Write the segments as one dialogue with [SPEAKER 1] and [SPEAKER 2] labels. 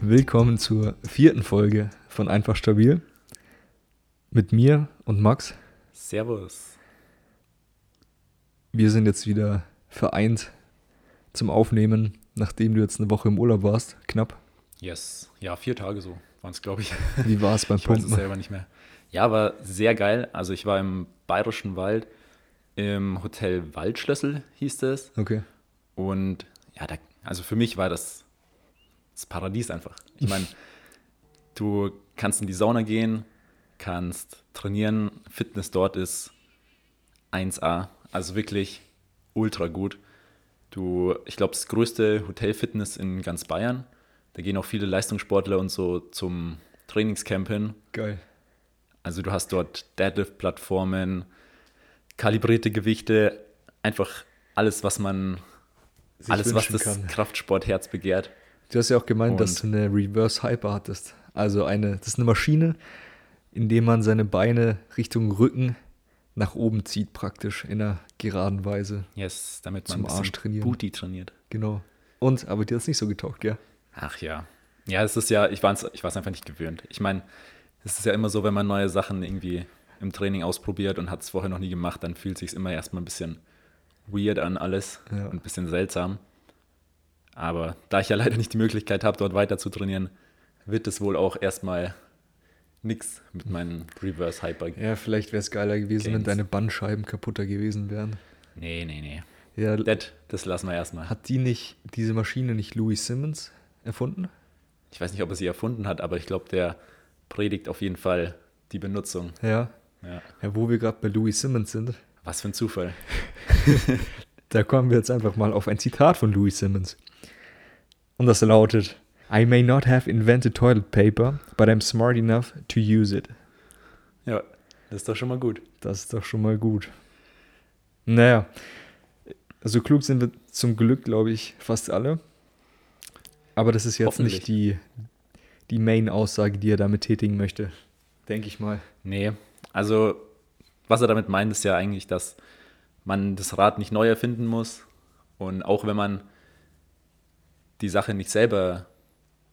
[SPEAKER 1] willkommen zur vierten Folge von Einfach Stabil. Mit mir und Max.
[SPEAKER 2] Servus.
[SPEAKER 1] Wir sind jetzt wieder vereint zum Aufnehmen, nachdem du jetzt eine Woche im Urlaub warst, knapp.
[SPEAKER 2] Yes. Ja, vier Tage so waren es, glaube ich.
[SPEAKER 1] Wie war es beim
[SPEAKER 2] Ich weiß
[SPEAKER 1] Pumpen?
[SPEAKER 2] es selber nicht mehr. Ja, war sehr geil. Also ich war im Bayerischen Wald im Hotel Waldschlössl hieß es.
[SPEAKER 1] Okay.
[SPEAKER 2] Und ja, da, also für mich war das das Paradies einfach. Ich meine, du kannst in die Sauna gehen, kannst trainieren, Fitness dort ist 1A, also wirklich ultra gut. Du, ich glaube, das größte Hotel-Fitness in ganz Bayern. Da gehen auch viele Leistungssportler und so zum Trainingscamp hin.
[SPEAKER 1] Geil.
[SPEAKER 2] Also du hast dort Deadlift-Plattformen, kalibrierte Gewichte, einfach alles, was man,
[SPEAKER 1] Sich
[SPEAKER 2] alles, was
[SPEAKER 1] wünschen
[SPEAKER 2] das
[SPEAKER 1] kann.
[SPEAKER 2] Kraftsportherz begehrt.
[SPEAKER 1] Du hast ja auch gemeint, dass du
[SPEAKER 2] Und-
[SPEAKER 1] eine Reverse Hyper hattest. Also eine, das ist eine Maschine, in der man seine Beine Richtung Rücken nach oben zieht, praktisch in einer geraden Weise.
[SPEAKER 2] Yes, damit man
[SPEAKER 1] Zum
[SPEAKER 2] ein bisschen
[SPEAKER 1] Arsch trainieren.
[SPEAKER 2] Booty trainiert.
[SPEAKER 1] Genau. Und, aber dir hat es nicht so getaugt, gell?
[SPEAKER 2] Ach ja. Ja, es ist ja, ich war es ich war's einfach nicht gewöhnt. Ich meine, es ist ja immer so, wenn man neue Sachen irgendwie im Training ausprobiert und hat es vorher noch nie gemacht, dann fühlt sich immer erstmal ein bisschen weird an alles
[SPEAKER 1] Ja.
[SPEAKER 2] und ein bisschen seltsam. Aber da ich ja leider nicht die Möglichkeit habe, dort weiter zu trainieren, wird es wohl auch erstmal nix mit meinem Reverse Hyper.
[SPEAKER 1] Ja, vielleicht wäre es geiler gewesen, wenn
[SPEAKER 2] Gains.
[SPEAKER 1] deine Bandscheiben kaputter gewesen wären.
[SPEAKER 2] Nee, nee, nee.
[SPEAKER 1] Ja,
[SPEAKER 2] Das, das lassen wir erstmal.
[SPEAKER 1] hat die nicht, diese Maschine nicht Louis Simmons erfunden?
[SPEAKER 2] Ich weiß nicht, ob er sie erfunden hat, aber ich glaube, der predigt auf jeden Fall die Benutzung.
[SPEAKER 1] Ja.
[SPEAKER 2] Ja.
[SPEAKER 1] Ja, wo wir gerade bei Louis Simmons sind,
[SPEAKER 2] Was für ein Zufall.
[SPEAKER 1] da kommen wir jetzt einfach mal auf ein Zitat von Louis Simmons. Und das lautet: I may not have invented toilet paper, but I'm smart enough to use it.
[SPEAKER 2] Ja, das ist doch schon mal gut.
[SPEAKER 1] Das ist doch schon mal gut. Naja, so klug sind wir zum Glück, glaube ich, fast alle. Aber das ist jetzt nicht die, die Main-Aussage, die er damit tätigen möchte. Denke ich mal.
[SPEAKER 2] Nee, also was er damit meint, ist ja eigentlich, dass man das Rad nicht neu erfinden muss. Und auch wenn man die Sache nicht selber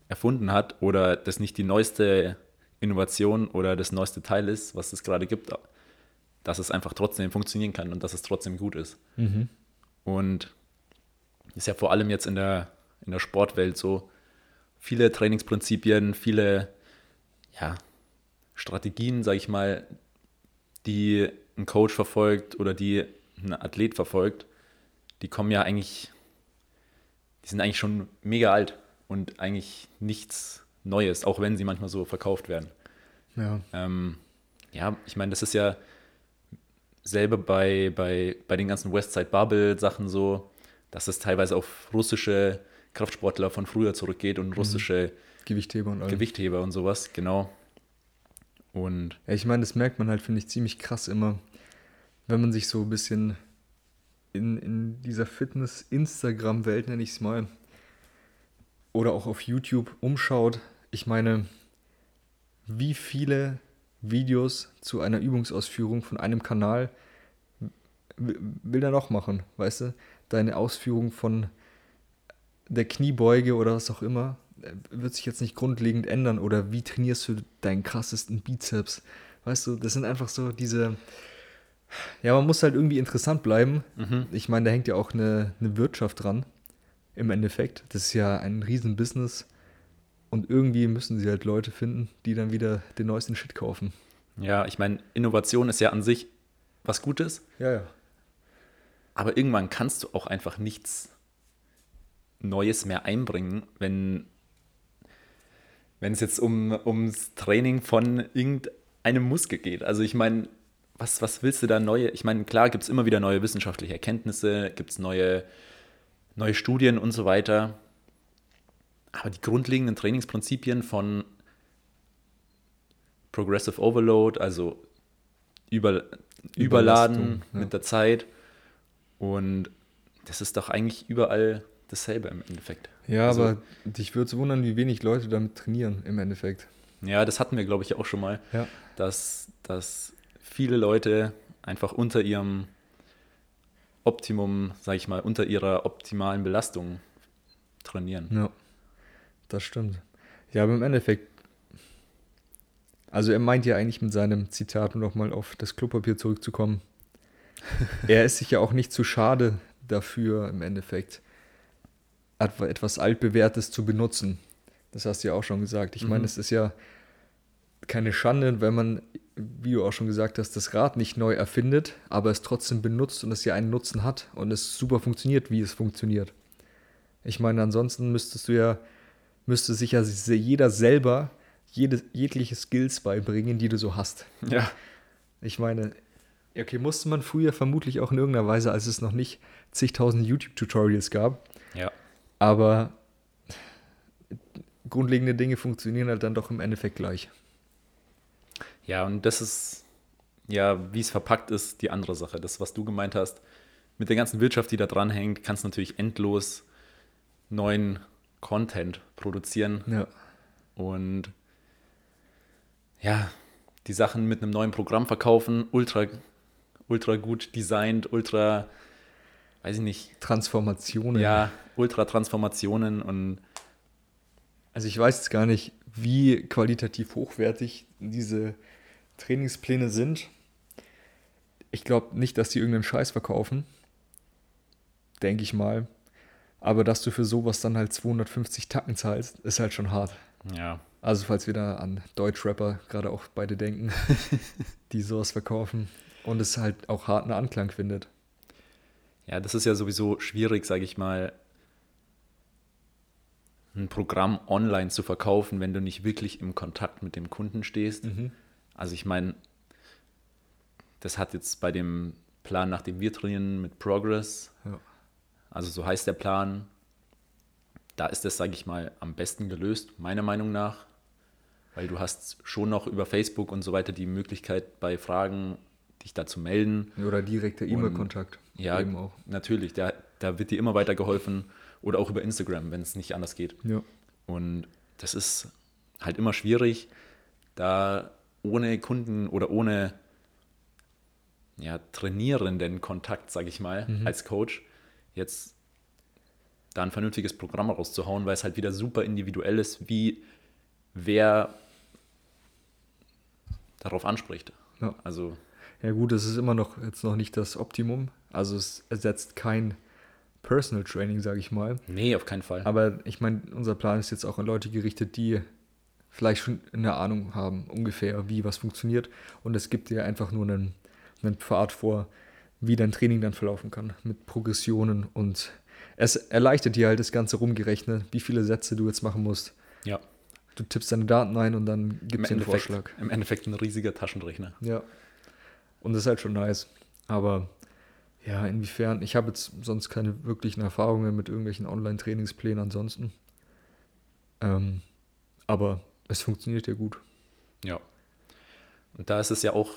[SPEAKER 2] erfunden hat oder das nicht die neueste Innovation oder das neueste Teil ist, was es gerade gibt, dass es einfach trotzdem funktionieren kann und dass es trotzdem gut ist. Und ist ja vor allem jetzt in der, in der Sportwelt so, viele Trainingsprinzipien, viele ja, Strategien, sage ich mal, die ein Coach verfolgt oder die ein Athlet verfolgt, die kommen ja eigentlich, die sind eigentlich schon mega alt und eigentlich nichts Neues, auch wenn sie manchmal so verkauft werden.
[SPEAKER 1] Ja.
[SPEAKER 2] Ähm, ja, ich meine, das ist ja selber bei, bei, bei den ganzen Westside Bubble Sachen so, dass es teilweise auf russische Kraftsportler von früher zurückgeht und russische
[SPEAKER 1] Gewichtheber und allem.
[SPEAKER 2] Gewichtheber und sowas, genau. Und
[SPEAKER 1] Ja, ich meine, das merkt man halt, finde ich, ziemlich krass immer, wenn man sich so ein bisschen in, in dieser Fitness-Instagram-Welt, nenne ich es mal, oder auch auf YouTube umschaut. Ich meine, wie viele Videos zu einer Übungsausführung von einem Kanal w- will er noch machen, weißt du? Deine Ausführung von der Kniebeuge oder was auch immer äh, wird sich jetzt nicht grundlegend ändern oder wie trainierst du deinen krassesten Bizeps? Weißt du, das sind einfach so diese. Ja, man muss halt irgendwie interessant bleiben. Ich meine, da hängt ja auch eine, eine Wirtschaft dran im Endeffekt. Das ist ja ein Riesenbusiness und irgendwie müssen sie halt Leute finden, die dann wieder den neuesten Shit kaufen.
[SPEAKER 2] ja, ich meine, Innovation ist ja an sich was Gutes,
[SPEAKER 1] Ja, ja.
[SPEAKER 2] aber irgendwann kannst du auch einfach nichts Neues mehr einbringen, wenn, wenn es jetzt um, ums Training von irgendeinem Muskel geht. Also ich meine, was, was willst du da neue? Ich meine, klar gibt es immer wieder neue wissenschaftliche Erkenntnisse, gibt es neue, neue Studien und so weiter. Aber die grundlegenden Trainingsprinzipien von Progressive Overload, also über, Überladen
[SPEAKER 1] ja.
[SPEAKER 2] mit der Zeit und das ist doch eigentlich überall dasselbe im Endeffekt.
[SPEAKER 1] Ja,
[SPEAKER 2] Also-
[SPEAKER 1] aber dich würde es wundern, wie wenig Leute damit trainieren im Endeffekt.
[SPEAKER 2] Ja, das hatten wir, glaube ich, auch schon mal,
[SPEAKER 1] Ja.
[SPEAKER 2] dass, dass viele Leute einfach unter ihrem Optimum, sage ich mal, unter ihrer optimalen Belastung trainieren.
[SPEAKER 1] Ja, das stimmt. Ja, aber im Endeffekt. Also er meint ja eigentlich mit seinem Zitat, um nochmal auf das Klopapier zurückzukommen. er ist sich ja auch nicht zu schade dafür, im Endeffekt etwas Altbewährtes zu benutzen. Das hast du ja auch schon gesagt. Ich meine,
[SPEAKER 2] Mhm.
[SPEAKER 1] es ist ja keine Schande, wenn man, wie du auch schon gesagt hast, das Rad nicht neu erfindet, aber es trotzdem benutzt und es ja einen Nutzen hat und es super funktioniert, wie es funktioniert. Ich meine, ansonsten müsstest du ja, müsste sich ja se- jeder selber jede, jegliche Skills beibringen, die du so hast.
[SPEAKER 2] Ja.
[SPEAKER 1] Ich meine, ja, okay, musste man früher vermutlich auch in irgendeiner Weise, als es noch nicht zigtausend YouTube-Tutorials gab,
[SPEAKER 2] Ja.
[SPEAKER 1] aber grundlegende Dinge funktionieren halt dann doch im Endeffekt gleich.
[SPEAKER 2] Ja, und das ist ja, wie es verpackt ist, die andere Sache. Das, was du gemeint hast, mit der ganzen Wirtschaft, die da dranhängt, kannst du natürlich endlos neuen Content produzieren.
[SPEAKER 1] Ja.
[SPEAKER 2] Und ja, die Sachen mit einem neuen Programm verkaufen, ultra, ultra gut designt, ultra, weiß ich nicht,
[SPEAKER 1] Transformationen.
[SPEAKER 2] ja, ultra Transformationen und
[SPEAKER 1] Also ich weiß jetzt gar nicht, wie qualitativ hochwertig diese Trainingspläne sind. Ich glaube nicht, dass die irgendeinen Scheiß verkaufen. Denke ich mal. Aber dass du für sowas dann halt 250 Tacken zahlst, ist halt schon hart.
[SPEAKER 2] ja,
[SPEAKER 1] Also falls wir da an Deutschrapper gerade auch beide denken, die sowas verkaufen und es halt auch harten Anklang findet.
[SPEAKER 2] ja, das ist ja sowieso schwierig, sage ich mal, ein Programm online zu verkaufen, wenn du nicht wirklich im Kontakt mit dem Kunden stehst. Also ich meine, das hat jetzt bei dem Plan, nach dem wir trainieren mit Progress,
[SPEAKER 1] Ja.
[SPEAKER 2] Also so heißt der Plan. Da ist das, sage ich mal, am besten gelöst, meiner Meinung nach. Weil du hast schon noch über Facebook und so weiter die Möglichkeit, bei Fragen dich da zu melden.
[SPEAKER 1] Oder direkter E-Mail-Kontakt.
[SPEAKER 2] Ja,
[SPEAKER 1] Eben auch.
[SPEAKER 2] natürlich. Da, da wird dir immer weiter geholfen. Oder auch über Instagram, wenn es nicht anders geht.
[SPEAKER 1] Ja.
[SPEAKER 2] Und das ist halt immer schwierig, da ohne Kunden oder ohne ja, trainierenden Kontakt, sage ich mal, als Coach, jetzt da ein vernünftiges Programm rauszuhauen, weil es halt wieder super individuell ist, wie wer darauf anspricht.
[SPEAKER 1] Ja.
[SPEAKER 2] Also,
[SPEAKER 1] Ja gut, es ist immer noch jetzt noch nicht das Optimum. Also es ersetzt kein Personal Training, sage ich mal.
[SPEAKER 2] nee, auf keinen Fall.
[SPEAKER 1] Aber ich meine, unser Plan ist jetzt auch an Leute gerichtet, die vielleicht schon eine Ahnung haben, ungefähr, wie was funktioniert. Und es gibt dir einfach nur einen, einen Pfad vor, wie dein Training dann verlaufen kann, mit Progressionen. Und es erleichtert dir halt das Ganze rumgerechnet, wie viele Sätze du jetzt machen musst.
[SPEAKER 2] ja,
[SPEAKER 1] Du tippst deine Daten ein und dann
[SPEAKER 2] im
[SPEAKER 1] gibt's dir einen
[SPEAKER 2] Endeffekt,
[SPEAKER 1] Vorschlag.
[SPEAKER 2] im Endeffekt ein riesiger Taschenrechner.
[SPEAKER 1] Ja. Und das ist halt schon nice. Aber ja, inwiefern, ich habe jetzt sonst keine wirklichen Erfahrungen mit irgendwelchen Online-Trainingsplänen ansonsten. Ähm, aber es funktioniert ja gut.
[SPEAKER 2] Ja. Und da ist es ja auch,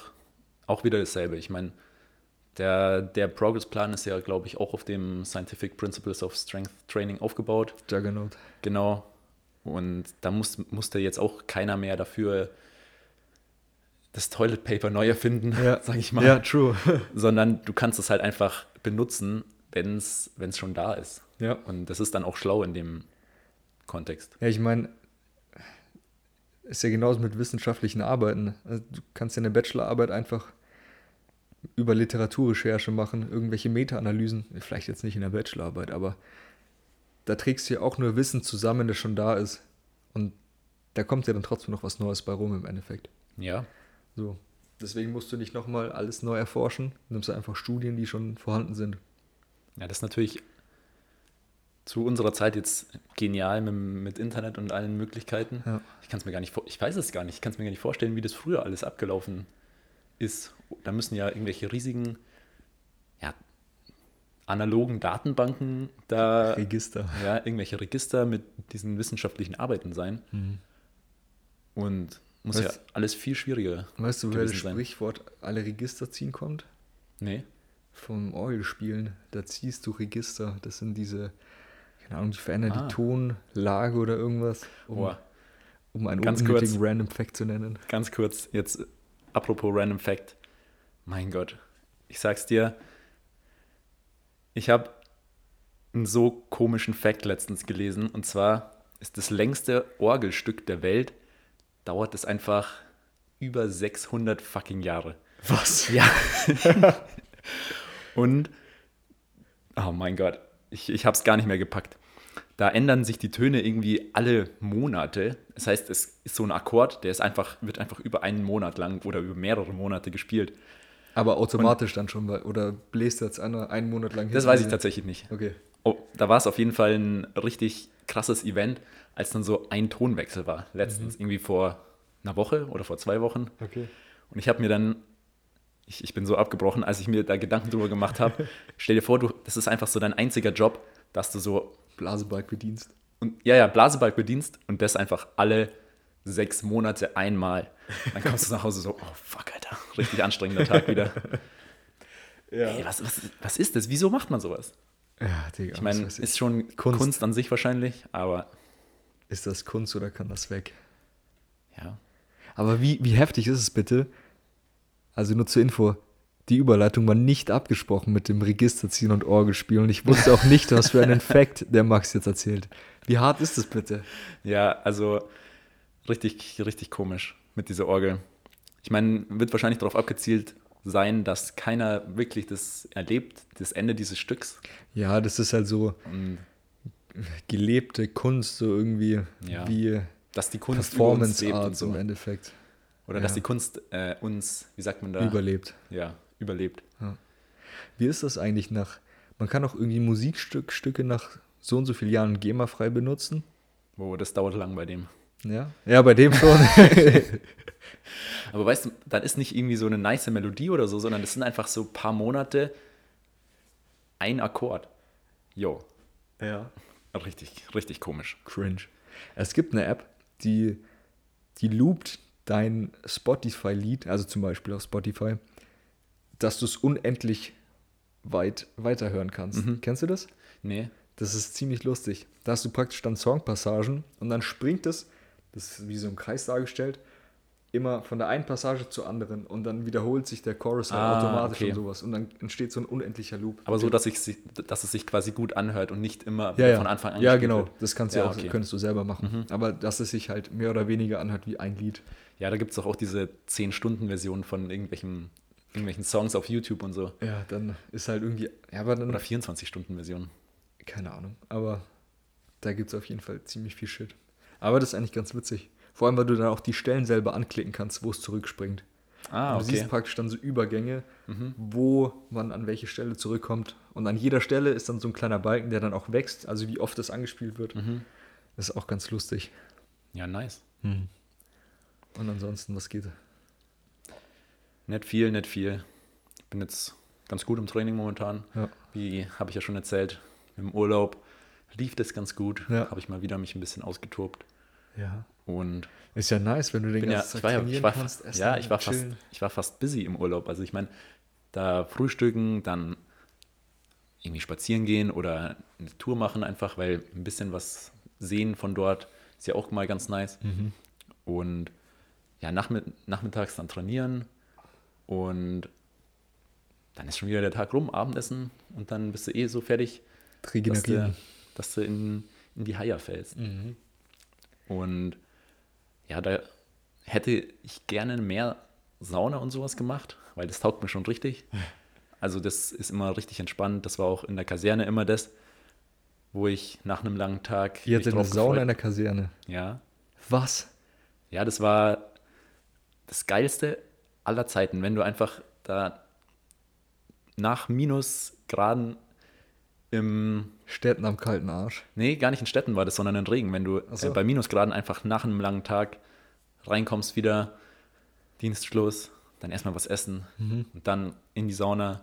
[SPEAKER 2] auch wieder dasselbe. Ich meine, der, der Progress-Plan ist ja, glaube ich, auch auf dem Scientific Principles of Strength Training aufgebaut.
[SPEAKER 1] Juggernaut.
[SPEAKER 2] Genau. Und da muss, musste jetzt auch keiner mehr dafür das Toilet Paper neu erfinden, sag ich mal.
[SPEAKER 1] Ja, true.
[SPEAKER 2] Sondern du kannst es halt einfach benutzen, wenn es schon da ist.
[SPEAKER 1] ja.
[SPEAKER 2] Und das ist dann auch schlau in dem Kontext.
[SPEAKER 1] Ja, ich meine, ist ja genauso mit wissenschaftlichen Arbeiten. Also du kannst ja eine Bachelorarbeit einfach über Literaturrecherche machen, irgendwelche Meta-Analysen. Vielleicht jetzt nicht in der Bachelorarbeit, aber da trägst du ja auch nur Wissen zusammen, das schon da ist. Und da kommt ja dann trotzdem noch was Neues bei rum im Endeffekt.
[SPEAKER 2] Ja.
[SPEAKER 1] So. Deswegen musst du nicht nochmal alles neu erforschen. Du nimmst einfach Studien, die schon vorhanden sind.
[SPEAKER 2] Ja, das ist natürlich zu unserer Zeit jetzt genial mit, mit Internet und allen Möglichkeiten.
[SPEAKER 1] Ja.
[SPEAKER 2] Ich kann es mir gar nicht vor- ich weiß es gar nicht, ich kann es mir gar nicht vorstellen, wie das früher alles abgelaufen ist. Da müssen ja irgendwelche riesigen ja, analogen Datenbanken da
[SPEAKER 1] Register.
[SPEAKER 2] ja, irgendwelche Register mit diesen wissenschaftlichen Arbeiten sein.
[SPEAKER 1] Mhm.
[SPEAKER 2] Und muss
[SPEAKER 1] Was-
[SPEAKER 2] ja alles viel schwieriger.
[SPEAKER 1] Weißt du, woher das
[SPEAKER 2] gewesen sein.
[SPEAKER 1] Sprichwort alle Register ziehen kommt?
[SPEAKER 2] Nee.
[SPEAKER 1] vom Orgel spielen, da ziehst du Register. Das sind diese, keine Ahnung, die verändern
[SPEAKER 2] Ah.
[SPEAKER 1] die Tonlage oder irgendwas, um,
[SPEAKER 2] Boah.
[SPEAKER 1] um einen
[SPEAKER 2] Ganz
[SPEAKER 1] unnötigen
[SPEAKER 2] kurz.
[SPEAKER 1] Random Fact zu nennen.
[SPEAKER 2] Ganz kurz, jetzt äh, apropos Random Fact. Mein Gott, ich sag's dir, ich habe einen so komischen Fact letztens gelesen und zwar ist das längste Orgelstück der Welt, dauert es einfach über 600 fucking Jahre.
[SPEAKER 1] Was?
[SPEAKER 2] Ja. Und, oh mein Gott, ich, ich habe es gar nicht mehr gepackt. Da ändern sich die Töne irgendwie alle Monate. Das heißt, es ist so ein Akkord, der ist einfach, wird einfach über einen Monat lang oder über mehrere Monate gespielt.
[SPEAKER 1] Aber automatisch dann schon, weil, oder bläst jetzt einer einen Monat lang hin?
[SPEAKER 2] Das weiß ich tatsächlich nicht.
[SPEAKER 1] Mhm. Okay.
[SPEAKER 2] Oh, da war es auf jeden Fall ein richtig krasses Event, als dann so ein Tonwechsel war. Letztens irgendwie vor einer Woche oder vor zwei Wochen.
[SPEAKER 1] Mhm. Okay.
[SPEAKER 2] Und ich habe mir dann, ich, ich bin so abgebrochen, als ich mir da Gedanken drüber gemacht habe. stell dir vor, du, das ist einfach so dein einziger Job, dass du so,
[SPEAKER 1] Blasebalg bedienst.
[SPEAKER 2] und, ja, ja, Blasebalg bedienst und das einfach alle sechs Monate einmal. Dann kommst du nach Hause so, oh fuck, Alter, richtig anstrengender Tag wieder. Ey, was, was, was ist das? Wieso macht man sowas?
[SPEAKER 1] Ja, Digga.
[SPEAKER 2] Ich meine, ist schon Kunst. Kunst an sich wahrscheinlich, aber
[SPEAKER 1] ist das Kunst oder kann das weg?
[SPEAKER 2] ja.
[SPEAKER 1] Aber wie, wie heftig ist es bitte? Also nur zur Info, die Überleitung war nicht abgesprochen mit dem Registerziehen und Orgelspielen. Und ich wusste auch nicht, was für einen Fact der Max jetzt erzählt. Wie hart ist es bitte?
[SPEAKER 2] Ja, also richtig, richtig komisch mit dieser Orgel. Ich meine, wird wahrscheinlich darauf abgezielt sein, dass keiner wirklich das erlebt, das Ende dieses Stücks.
[SPEAKER 1] Ja, das ist halt so gelebte Kunst, so irgendwie
[SPEAKER 2] Ja.
[SPEAKER 1] wie
[SPEAKER 2] Dass die Kunst über uns
[SPEAKER 1] Performance
[SPEAKER 2] lebt und
[SPEAKER 1] Art im
[SPEAKER 2] so.
[SPEAKER 1] Endeffekt
[SPEAKER 2] Oder dass
[SPEAKER 1] Ja.
[SPEAKER 2] die Kunst äh, uns, wie sagt man da?
[SPEAKER 1] überlebt.
[SPEAKER 2] Ja, überlebt.
[SPEAKER 1] Wie ist das eigentlich nach, man kann auch irgendwie Musikstückstücke nach so und so vielen Jahren GEMA-frei benutzen?
[SPEAKER 2] Wow, das dauert lang bei dem.
[SPEAKER 1] Ja, ja bei dem schon.
[SPEAKER 2] Aber weißt du, dann ist nicht irgendwie so eine nice Melodie oder so, sondern das sind einfach so ein paar Monate ein Akkord. Jo,
[SPEAKER 1] ja.
[SPEAKER 2] richtig, richtig komisch.
[SPEAKER 1] Cringe. Es gibt eine App, die, die loopt dein Spotify-Lied, also zum Beispiel auf Spotify, dass du es unendlich weit weiterhören kannst.
[SPEAKER 2] Mhm.
[SPEAKER 1] Kennst du das?
[SPEAKER 2] Nee,
[SPEAKER 1] Das ist ziemlich lustig. Da hast du praktisch dann Songpassagen und dann springt es, das ist wie so ein Kreis dargestellt, immer von der einen Passage zur anderen und dann wiederholt sich der Chorus halt
[SPEAKER 2] Ah,
[SPEAKER 1] automatisch
[SPEAKER 2] okay.
[SPEAKER 1] und sowas und dann entsteht so ein unendlicher Loop.
[SPEAKER 2] Aber so, dass, ich, sie- dass es sich quasi gut anhört und nicht immer
[SPEAKER 1] ja, ja.
[SPEAKER 2] von Anfang an
[SPEAKER 1] Ja,
[SPEAKER 2] gespielt
[SPEAKER 1] genau.
[SPEAKER 2] wird.
[SPEAKER 1] Das kannst du
[SPEAKER 2] Ja,
[SPEAKER 1] auch,
[SPEAKER 2] okay. Mhm.
[SPEAKER 1] könntest du selber machen. Aber dass es sich halt mehr oder weniger anhört wie ein Lied.
[SPEAKER 2] Ja, da gibt es auch, auch diese 10-Stunden-Version von irgendwelchen, irgendwelchen Songs auf YouTube und so.
[SPEAKER 1] Ja, dann ist halt irgendwie. Ja, aber dann.
[SPEAKER 2] Oder 24-Stunden-Version.
[SPEAKER 1] keine Ahnung. Aber da gibt es auf jeden Fall ziemlich viel Shit. Aber das ist eigentlich ganz witzig. Vor allem, weil du dann auch die Stellen selber anklicken kannst, wo es zurückspringt.
[SPEAKER 2] Ah,
[SPEAKER 1] Du
[SPEAKER 2] okay. Mhm.
[SPEAKER 1] siehst praktisch dann so Übergänge, wo man an welche Stelle zurückkommt. Und an jeder Stelle ist dann so ein kleiner Balken, der dann auch wächst, also wie oft das angespielt wird.
[SPEAKER 2] Mhm.
[SPEAKER 1] Das ist auch ganz lustig.
[SPEAKER 2] Ja, nice.
[SPEAKER 1] Und ansonsten, was geht?
[SPEAKER 2] Nicht viel, nicht viel. Ich bin jetzt ganz gut im Training momentan.
[SPEAKER 1] Ja.
[SPEAKER 2] Wie habe ich ja schon erzählt, im Urlaub lief das ganz gut.
[SPEAKER 1] Ja.
[SPEAKER 2] Habe ich mal wieder mich ein bisschen ausgetobt.
[SPEAKER 1] Ja.
[SPEAKER 2] Und
[SPEAKER 1] Ist ja nice, wenn du den
[SPEAKER 2] bin ja,
[SPEAKER 1] ganzen
[SPEAKER 2] ich
[SPEAKER 1] Tag
[SPEAKER 2] war ja,
[SPEAKER 1] trainieren
[SPEAKER 2] ich war,
[SPEAKER 1] kannst,
[SPEAKER 2] fast, ja, ich war, fast,
[SPEAKER 1] chillen.
[SPEAKER 2] ich war fast busy im Urlaub. Also ich meine, da frühstücken, dann irgendwie spazieren gehen oder eine Tour machen einfach, weil ein bisschen was sehen von dort ist ja auch mal ganz nice.
[SPEAKER 1] Mhm.
[SPEAKER 2] Und ja, nachmit nachmittags dann trainieren und dann ist schon wieder der Tag rum, Abendessen und dann bist du eh so fertig, dass du,
[SPEAKER 1] regenerieren.
[SPEAKER 2] dass du in, in die Haier fällst.
[SPEAKER 1] Mhm.
[SPEAKER 2] Und ja, da hätte ich gerne mehr Sauna und sowas gemacht, weil das taugt mir schon richtig. Also das ist immer richtig entspannt. Das war auch in der Kaserne immer das, wo ich nach einem langen Tag
[SPEAKER 1] Ihr
[SPEAKER 2] mich
[SPEAKER 1] hattet eine
[SPEAKER 2] drauf
[SPEAKER 1] Sauna in
[SPEAKER 2] gefreut-
[SPEAKER 1] der Kaserne.
[SPEAKER 2] Ja,
[SPEAKER 1] Was?
[SPEAKER 2] ja, das war das Geilste aller Zeiten, wenn du einfach da nach Minusgraden im,
[SPEAKER 1] Städten am kalten Arsch.
[SPEAKER 2] nee, gar nicht in Städten war das, sondern in Regen, wenn du
[SPEAKER 1] Ach so.
[SPEAKER 2] äh, bei Minusgraden einfach nach einem langen Tag reinkommst wieder, Dienstschluss, dann erstmal was essen
[SPEAKER 1] Mhm.
[SPEAKER 2] und dann in die Sauna,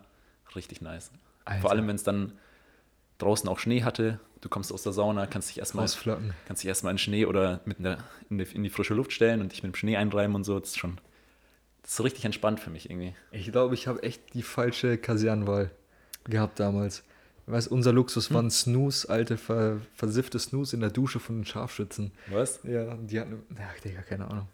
[SPEAKER 2] richtig nice.
[SPEAKER 1] Alter.
[SPEAKER 2] Vor allem, wenn es dann draußen auch Schnee hatte, du kommst aus der Sauna, kannst dich erstmal
[SPEAKER 1] Ausflacken.
[SPEAKER 2] kannst dich erstmal in den Schnee oder mit in, der, in, die, in die frische Luft stellen und dich mit dem Schnee einreiben und so. Das ist schon das ist richtig entspannt für mich irgendwie.
[SPEAKER 1] Ich glaube, ich habe echt die falsche Kasernenwahl gehabt damals. Weißt, unser Luxus
[SPEAKER 2] Hm.
[SPEAKER 1] waren Snooze, alte ver versiffte Snooze in der Dusche von den Scharfschützen.
[SPEAKER 2] Was?
[SPEAKER 1] Ja, die hatten, ja, Digga, keine Ahnung.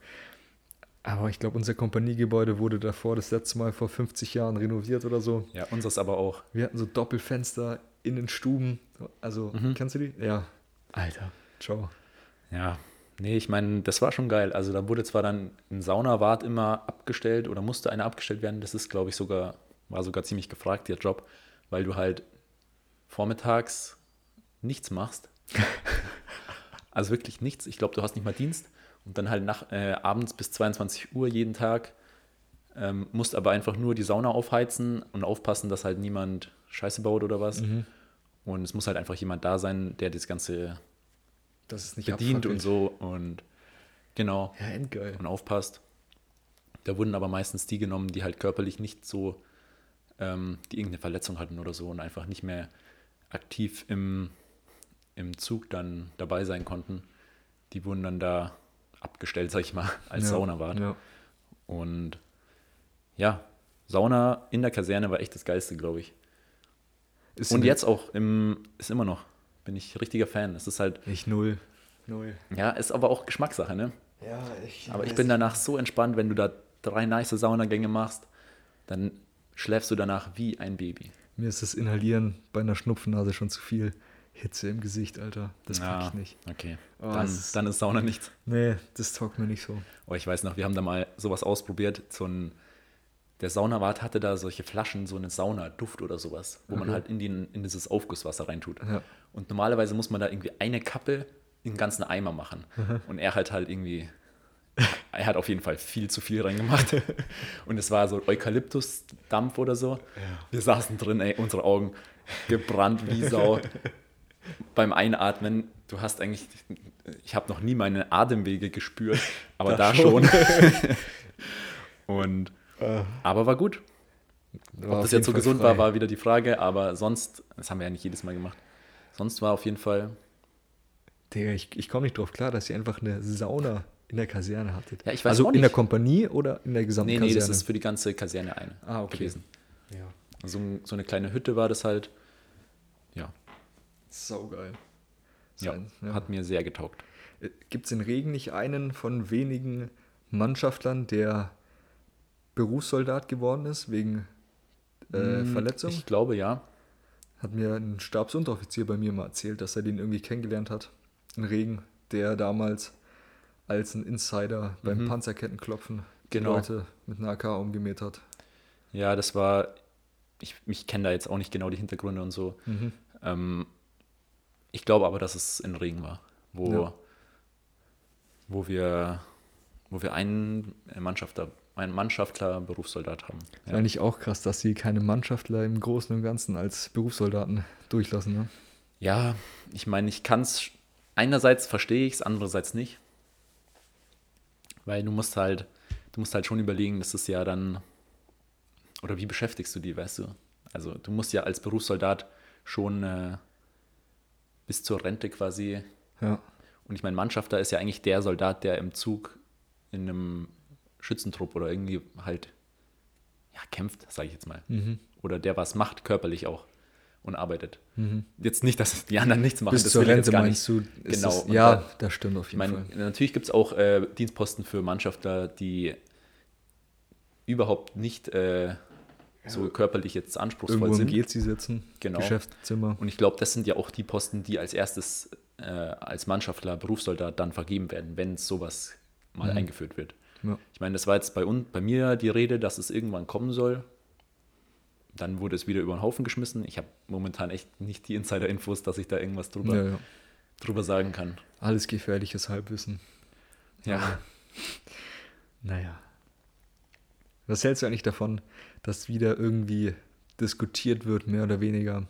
[SPEAKER 1] Aber ich glaube, unser Kompaniegebäude wurde davor das letzte Mal vor 50 Jahren renoviert oder so.
[SPEAKER 2] Ja, unseres aber auch.
[SPEAKER 1] Wir hatten so
[SPEAKER 2] Mhm.
[SPEAKER 1] Doppelfenster in den Stuben. Also, kennst du die? Ja. Alter. Ciao.
[SPEAKER 2] Ja, nee, ich meine, das war schon geil. Also da wurde zwar dann ein Saunawart immer abgestellt oder musste einer abgestellt werden. Das ist, glaube ich, sogar, war sogar ziemlich gefragt, der Job, weil du halt vormittags nichts machst. also wirklich nichts. Ich glaube, du hast nicht mal Dienst. Und dann halt nach, äh, abends bis 22 Uhr jeden Tag ähm, musst aber einfach nur die Sauna aufheizen und aufpassen, dass halt niemand Scheiße baut oder was. Und es muss halt einfach jemand da sein, der das Ganze
[SPEAKER 1] Das ist nicht
[SPEAKER 2] bedient und
[SPEAKER 1] abfackelt.
[SPEAKER 2] so und genau
[SPEAKER 1] Ja, endgeil.
[SPEAKER 2] und aufpasst. Da wurden aber meistens die genommen, die halt körperlich nicht so, ähm, die irgendeine Verletzung hatten oder so und einfach nicht mehr aktiv im, im Zug dann dabei sein konnten. Die wurden dann da abgestellt, sag ich mal, als
[SPEAKER 1] ja.
[SPEAKER 2] Saunawart.
[SPEAKER 1] Ja.
[SPEAKER 2] Und ja, Sauna in der Kaserne war echt das Geilste, glaube ich.
[SPEAKER 1] Ist
[SPEAKER 2] Und
[SPEAKER 1] eine-
[SPEAKER 2] jetzt auch im, ist immer noch, bin ich richtiger Fan. Es ist halt,
[SPEAKER 1] Ich null. Null.
[SPEAKER 2] ja, ist aber auch Geschmackssache, ne?
[SPEAKER 1] Ja, ich.
[SPEAKER 2] Aber ich bin danach so entspannt, wenn du da drei nice Saunagänge machst, dann schläfst du danach wie ein Baby.
[SPEAKER 1] Mir ist das Inhalieren bei einer Schnupfennase schon zu viel. Hitze im Gesicht, Alter. Das pack
[SPEAKER 2] Ja,
[SPEAKER 1] ich nicht.
[SPEAKER 2] Okay.
[SPEAKER 1] Oh,
[SPEAKER 2] dann,
[SPEAKER 1] es ist-
[SPEAKER 2] dann ist Sauna nichts.
[SPEAKER 1] Nee, das taugt mir nicht so.
[SPEAKER 2] Oh, ich weiß noch, wir haben da mal sowas ausprobiert. So ein, der Saunawart hatte da solche Flaschen, so einen Saunaduft oder sowas, wo man halt in, die, in dieses Aufgusswasser reintut.
[SPEAKER 1] Ja.
[SPEAKER 2] Und normalerweise muss man da irgendwie eine Kappe in den ganzen Eimer machen. Und er hat halt irgendwie, er hat auf jeden Fall viel zu viel reingemacht. Und es war so Eukalyptusdampf oder so. Wir saßen drin, ey, unsere Augen gebrannt wie Sau. Beim Einatmen, du hast eigentlich, ich habe noch nie meine Atemwege gespürt, aber
[SPEAKER 1] Da
[SPEAKER 2] da, schon. Und, aber war gut. Ob das jetzt so gesund war, war wieder die Frage, aber sonst, das haben wir ja nicht jedes Mal gemacht. Sonst war auf jeden Fall,
[SPEAKER 1] Digga, ich, ich komme nicht drauf klar, dass ihr einfach eine Sauna in der Kaserne hattet.
[SPEAKER 2] Ja, ich weiß
[SPEAKER 1] also
[SPEAKER 2] auch
[SPEAKER 1] in der
[SPEAKER 2] nicht.
[SPEAKER 1] Kompanie oder in der gesamten
[SPEAKER 2] nee, nee,
[SPEAKER 1] Kaserne?
[SPEAKER 2] das ist für die ganze Kaserne ein
[SPEAKER 1] Ah, okay.
[SPEAKER 2] gewesen.
[SPEAKER 1] ja.
[SPEAKER 2] So, ein- so eine kleine Hütte war das halt. Ja,
[SPEAKER 1] Saugeil.
[SPEAKER 2] ja,
[SPEAKER 1] Sein, ja.
[SPEAKER 2] hat mir sehr getaugt.
[SPEAKER 1] Gibt es Äh, in Regen nicht einen von wenigen Mannschaftlern, der Berufssoldat geworden ist wegen äh, Verletzung?
[SPEAKER 2] Ich glaube, ja.
[SPEAKER 1] Hat mir ein Stabsunteroffizier bei mir mal erzählt, dass er den irgendwie kennengelernt hat. In Regen, der damals als ein Insider beim Panzerkettenklopfen die
[SPEAKER 2] Genau.
[SPEAKER 1] Leute mit einer AK umgemäht hat.
[SPEAKER 2] Ja, das war, ich, ich kenne da jetzt auch nicht genau die Hintergründe und so. Ähm, ich glaube aber, dass es in Regen war, wo,
[SPEAKER 1] Ja.
[SPEAKER 2] wo wir, wo wir einen Mannschafter, einen Mannschaftler Berufssoldat haben.
[SPEAKER 1] Ist eigentlich auch krass, dass sie keine Mannschaftler im Großen und Ganzen als Berufssoldaten durchlassen. Ne?
[SPEAKER 2] Ja, ich meine, ich kann es, einerseits verstehe ich es, andererseits nicht. Weil du musst halt, du musst halt schon überlegen, dass es ja dann, oder wie beschäftigst du die, weißt du? Also du musst ja als Berufssoldat schon äh, bis zur Rente quasi,
[SPEAKER 1] Ja.
[SPEAKER 2] und ich meine, Mannschafter ist ja eigentlich der Soldat, der im Zug in einem Schützentrupp oder irgendwie halt ja, kämpft, sage ich jetzt mal.
[SPEAKER 1] Mhm.
[SPEAKER 2] Oder der was macht, körperlich auch und arbeitet. Jetzt nicht, dass die anderen nichts machen.
[SPEAKER 1] Mhm. Bis
[SPEAKER 2] das
[SPEAKER 1] zur
[SPEAKER 2] will ich jetzt
[SPEAKER 1] Rente
[SPEAKER 2] gar
[SPEAKER 1] meinst
[SPEAKER 2] nicht.
[SPEAKER 1] du? ist
[SPEAKER 2] genau.
[SPEAKER 1] Das,
[SPEAKER 2] Und
[SPEAKER 1] ja,
[SPEAKER 2] da-
[SPEAKER 1] das stimmt auf
[SPEAKER 2] ich
[SPEAKER 1] jeden
[SPEAKER 2] meine,
[SPEAKER 1] Fall.
[SPEAKER 2] natürlich gibt es auch äh, Dienstposten für Mannschafter, die überhaupt nicht äh, so körperlich jetzt anspruchsvoll
[SPEAKER 1] Irgendwo im
[SPEAKER 2] sind.
[SPEAKER 1] GZ sitzen,
[SPEAKER 2] Genau.
[SPEAKER 1] Geschäftszimmer.
[SPEAKER 2] Und ich glaube, das sind ja auch die Posten, die als erstes äh, als Mannschaftler, Berufssoldat dann vergeben werden, wenn sowas mal eingeführt wird.
[SPEAKER 1] Mhm. Ja.
[SPEAKER 2] Ich meine, das war jetzt bei, uns, bei mir die Rede, dass es irgendwann kommen soll. Dann wurde es wieder über den Haufen geschmissen. Ich habe momentan echt nicht die Insider-Infos, dass ich da irgendwas drüber,
[SPEAKER 1] Ja, ja.
[SPEAKER 2] drüber sagen kann.
[SPEAKER 1] Alles gefährliches Halbwissen.
[SPEAKER 2] Ja.
[SPEAKER 1] Naja. Was hältst du eigentlich davon, dass wieder irgendwie diskutiert wird, mehr oder weniger,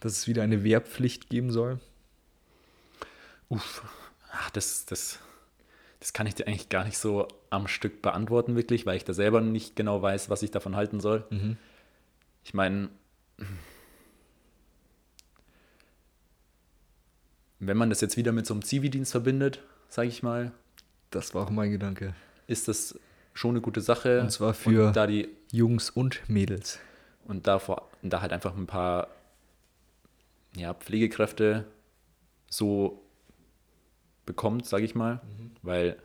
[SPEAKER 1] dass es wieder eine Wehrpflicht geben soll?
[SPEAKER 2] Uff. Ach, das, das, das kann ich dir eigentlich gar nicht so am Stück beantworten, wirklich, weil ich da selber nicht genau weiß, was ich davon halten soll.
[SPEAKER 1] Mhm.
[SPEAKER 2] Ich meine, wenn man das jetzt wieder mit so einem Zivildienst verbindet, sage ich mal,
[SPEAKER 1] Das war auch mein Gedanke.
[SPEAKER 2] ist das schon eine gute Sache.
[SPEAKER 1] Und zwar für-
[SPEAKER 2] und da die
[SPEAKER 1] Jungs und Mädels.
[SPEAKER 2] und da, vor, und da halt einfach ein paar ja, Pflegekräfte so bekommt, sage ich mal, weil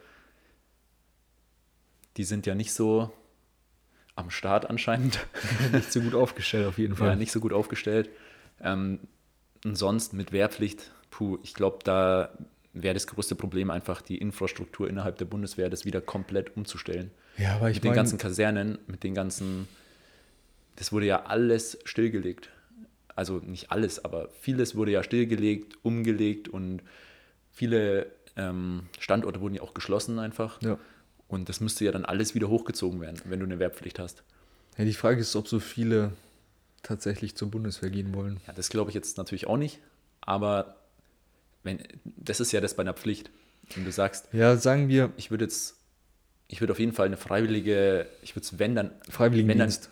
[SPEAKER 2] die sind ja nicht so am Start anscheinend,
[SPEAKER 1] Nicht so gut aufgestellt auf jeden Fall.
[SPEAKER 2] ja, nicht so gut aufgestellt. Ähm, und sonst mit Wehrpflicht, puh, ich glaube, da wäre das größte Problem einfach, die Infrastruktur innerhalb der Bundeswehr das wieder komplett umzustellen.
[SPEAKER 1] Ja, aber ich
[SPEAKER 2] mit den
[SPEAKER 1] mein-
[SPEAKER 2] ganzen Kasernen, mit den ganzen, das wurde ja alles stillgelegt. Also nicht alles, aber vieles wurde ja stillgelegt, umgelegt und viele ähm, Standorte wurden ja auch geschlossen einfach.
[SPEAKER 1] Ja.
[SPEAKER 2] Und das müsste ja dann alles wieder hochgezogen werden, wenn du eine Wehrpflicht hast.
[SPEAKER 1] Ja, die Frage ist, ob so viele tatsächlich zur Bundeswehr gehen wollen.
[SPEAKER 2] Ja, das glaube ich jetzt natürlich auch nicht, aber wenn, das ist ja das bei einer Pflicht. Wenn du sagst,
[SPEAKER 1] Ja, sagen wir
[SPEAKER 2] ich würde jetzt, ich würde auf jeden Fall eine freiwillige, ich würde es, wenn dann, wenn dann,
[SPEAKER 1] Freiwilligendienst,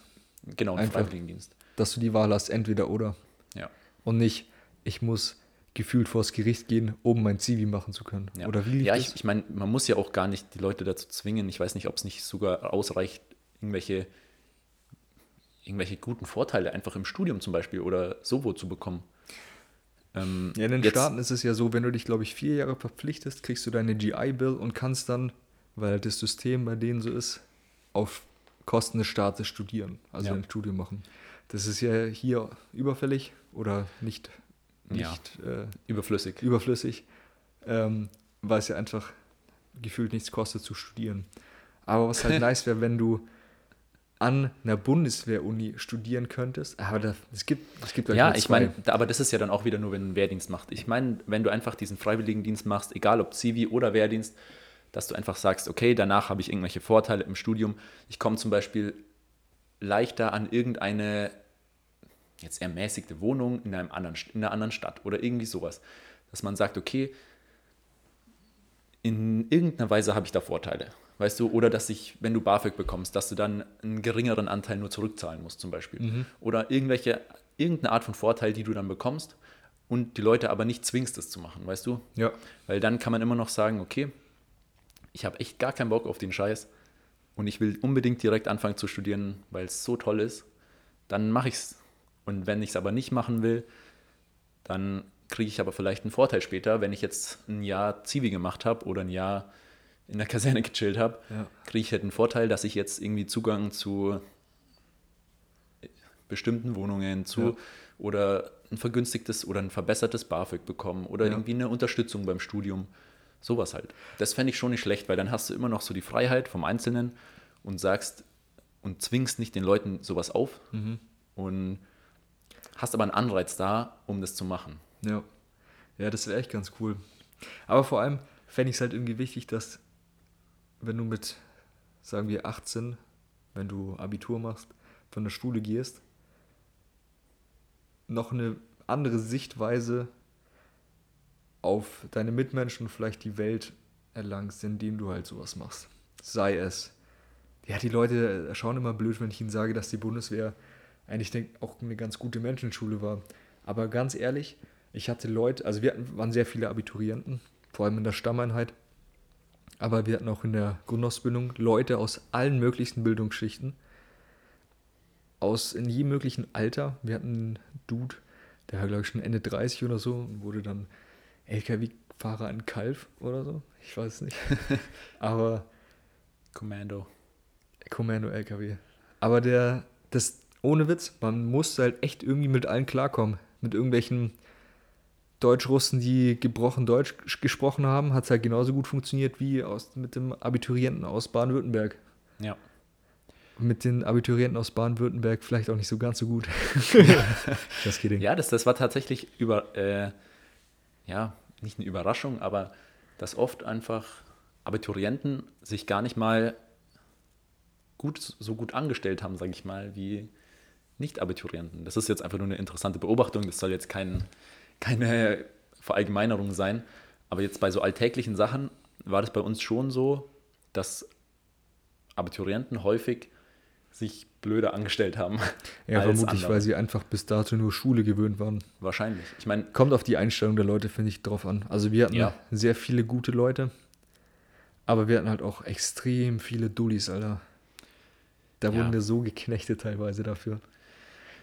[SPEAKER 2] genau, einen
[SPEAKER 1] Einfach.
[SPEAKER 2] Freiwilligendienst.
[SPEAKER 1] dass du die Wahl hast, entweder oder.
[SPEAKER 2] Ja.
[SPEAKER 1] Und nicht, ich muss gefühlt vors Gericht gehen, um mein Zivi machen zu können.
[SPEAKER 2] ja.
[SPEAKER 1] Oder wie lief
[SPEAKER 2] Ja,
[SPEAKER 1] das?
[SPEAKER 2] ich, ich meine, man muss ja auch gar nicht die Leute dazu zwingen. Ich weiß nicht, ob es nicht sogar ausreicht, irgendwelche, irgendwelche guten Vorteile einfach im Studium zum Beispiel oder sowo zu bekommen. Ähm,
[SPEAKER 1] Ja, in den
[SPEAKER 2] jetzt-
[SPEAKER 1] Staaten ist es ja so, wenn du dich, glaube ich, vier Jahre verpflichtest, kriegst du deine GI-Bill und kannst dann, weil das System bei denen so ist, auf Kosten des Staates studieren, also
[SPEAKER 2] Ja.
[SPEAKER 1] ein Studium machen. Das ist ja hier überfällig oder nicht,
[SPEAKER 2] Ja.
[SPEAKER 1] nicht äh,
[SPEAKER 2] Überflüssig.
[SPEAKER 1] überflüssig, ähm, weil es ja einfach gefühlt nichts kostet zu studieren. Aber was halt nice wäre, wenn du an einer Bundeswehr-Uni studieren könntest. Aber da, es gibt, es gibt glaub
[SPEAKER 2] Ja,
[SPEAKER 1] nur
[SPEAKER 2] ich
[SPEAKER 1] zwei.
[SPEAKER 2] meine, da- aber das ist ja dann auch wieder nur, wenn du Wehrdienst machst. Ich meine, wenn du einfach diesen Freiwilligendienst machst, egal ob Zivi oder Wehrdienst, dass du einfach sagst, okay, danach habe ich irgendwelche Vorteile im Studium. Ich komme zum Beispiel leichter an irgendeine jetzt ermäßigte Wohnung in, einem anderen, in einer anderen Stadt oder irgendwie sowas. Dass man sagt, okay, in irgendeiner Weise habe ich da Vorteile. Weißt du, oder dass ich, wenn du BAföG bekommst, dass du dann einen geringeren Anteil nur zurückzahlen musst, zum Beispiel. Oder irgendwelche, irgendeine Art von Vorteil, die du dann bekommst und die Leute aber nicht zwingst, das zu machen, weißt du?
[SPEAKER 1] Ja.
[SPEAKER 2] Weil dann kann man immer noch sagen, okay, ich habe echt gar keinen Bock auf den Scheiß und ich will unbedingt direkt anfangen zu studieren, weil es so toll ist, dann mache ich es. Und wenn ich es aber nicht machen will, dann kriege ich aber vielleicht einen Vorteil später, wenn ich jetzt ein Jahr Zivi gemacht habe oder ein Jahr in der Kaserne gechillt habe,
[SPEAKER 1] Ja.
[SPEAKER 2] kriege ich halt einen Vorteil, dass ich jetzt irgendwie Zugang zu bestimmten Wohnungen zu
[SPEAKER 1] Ja.
[SPEAKER 2] oder ein vergünstigtes oder ein verbessertes BAföG bekommen oder
[SPEAKER 1] Ja.
[SPEAKER 2] irgendwie eine Unterstützung beim Studium. Sowas halt. Das fände ich schon nicht schlecht, weil dann hast du immer noch so die Freiheit vom Einzelnen und sagst und zwingst nicht den Leuten sowas auf
[SPEAKER 1] Mhm.
[SPEAKER 2] und hast aber einen Anreiz da, um das zu machen.
[SPEAKER 1] Ja. Ja, das wäre echt ganz cool. Aber vor allem fände ich es halt irgendwie wichtig, dass, wenn du mit, sagen wir, 18, wenn du Abitur machst, von der Schule gehst, noch eine andere Sichtweise auf deine Mitmenschen und vielleicht die Welt erlangst, indem du halt sowas machst. Sei es. Ja, die Leute schauen immer blöd, wenn ich ihnen sage, dass die Bundeswehr eigentlich denk, auch eine ganz gute Menschenschule war. Aber ganz ehrlich, ich hatte Leute, also wir hatten, waren sehr viele Abiturienten, vor allem in der Stammeinheit. Aber wir hatten auch in der Grundausbildung Leute aus allen möglichen Bildungsschichten, aus in jedem möglichen Alter. Wir hatten einen Dude, der war, glaube ich, schon Ende 30 oder so und wurde dann LKW-Fahrer in Kalf oder so. Ich weiß es nicht. Aber
[SPEAKER 2] Kommando.
[SPEAKER 1] Kommando-LKW. Aber der, das, ohne Witz, man musste halt echt irgendwie mit allen klarkommen. Mit irgendwelchen Deutschrussen, die gebrochen Deutsch ges- gesprochen haben, hat es halt genauso gut funktioniert wie aus, mit dem Abiturienten aus Baden-Württemberg.
[SPEAKER 2] Ja.
[SPEAKER 1] Mit den Abiturienten aus Baden-Württemberg vielleicht auch nicht so ganz so gut. Just kidding.
[SPEAKER 2] Ja, das, das war tatsächlich über, äh, ja, nicht eine Überraschung, aber dass oft einfach Abiturienten sich gar nicht mal gut, so gut angestellt haben, sage ich mal, wie Nicht-Abiturienten. Das ist jetzt einfach nur eine interessante Beobachtung, das soll jetzt kein, keine Verallgemeinerung sein. Aber jetzt bei so alltäglichen Sachen war das bei uns schon so, dass Abiturienten häufig sich blöder angestellt haben.
[SPEAKER 1] Ja,
[SPEAKER 2] als
[SPEAKER 1] vermutlich,
[SPEAKER 2] andere.
[SPEAKER 1] weil sie einfach bis dato nur Schule gewöhnt waren.
[SPEAKER 2] Wahrscheinlich. Ich meine,
[SPEAKER 1] Kommt auf die Einstellung der Leute, finde ich, drauf an. Also wir hatten
[SPEAKER 2] Ja.
[SPEAKER 1] sehr viele gute Leute, aber wir hatten halt auch extrem viele Dullis, Alter. Da
[SPEAKER 2] Ja.
[SPEAKER 1] wurden wir so geknechtet teilweise dafür.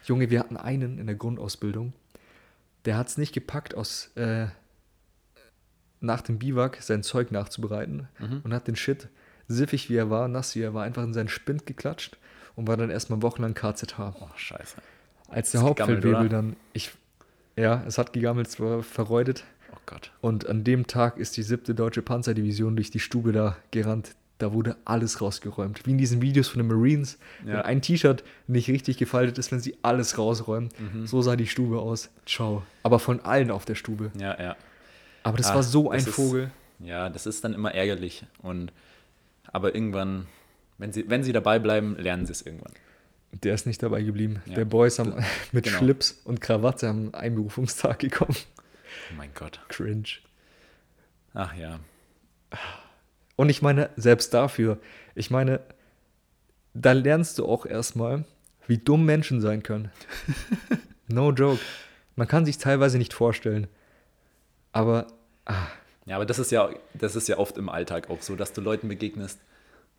[SPEAKER 1] Junge, wir hatten einen in der Grundausbildung, der hat es nicht gepackt, aus äh, nach dem Biwak sein Zeug nachzubereiten
[SPEAKER 2] Mhm.
[SPEAKER 1] und hat den Shit, siffig wie er war, nass wie er war, einfach in seinen Spind geklatscht und war dann erstmal wochenlang KZH.
[SPEAKER 2] oh, scheiße.
[SPEAKER 1] Als der
[SPEAKER 2] Ist gegammelt,
[SPEAKER 1] Hauptfeldwebel
[SPEAKER 2] oder?
[SPEAKER 1] dann, ich, ja, es hat gegammelt, es war verreutet,
[SPEAKER 2] Oh Gott.
[SPEAKER 1] Und an dem Tag ist die siebte deutsche Panzerdivision durch die Stube da gerannt. Da wurde alles rausgeräumt. Wie in diesen Videos von den Marines, wenn
[SPEAKER 2] Ja.
[SPEAKER 1] ein T-Shirt nicht richtig gefaltet ist, wenn sie alles rausräumen.
[SPEAKER 2] Mhm.
[SPEAKER 1] So sah die Stube aus. Ciao. Aber von allen auf der Stube.
[SPEAKER 2] Ja, ja.
[SPEAKER 1] Aber das
[SPEAKER 2] Ah,
[SPEAKER 1] war so ein
[SPEAKER 2] das ist-
[SPEAKER 1] Vogel.
[SPEAKER 2] Ja, das ist dann immer ärgerlich. Und aber irgendwann, wenn sie, wenn sie dabei bleiben, lernen sie es irgendwann.
[SPEAKER 1] Der ist nicht dabei geblieben.
[SPEAKER 2] Ja.
[SPEAKER 1] Der Boys haben mit
[SPEAKER 2] Genau.
[SPEAKER 1] Schlips und Krawatte am Einberufungstag gekommen.
[SPEAKER 2] Oh mein Gott.
[SPEAKER 1] Cringe.
[SPEAKER 2] Ach ja.
[SPEAKER 1] Und ich meine, selbst dafür, ich meine, da lernst du auch erstmal, wie dumm Menschen sein können. no joke. Man kann sich teilweise nicht vorstellen. Aber ah,
[SPEAKER 2] Ja, aber das ist ja, das ist ja oft im Alltag auch so, dass du Leuten begegnest,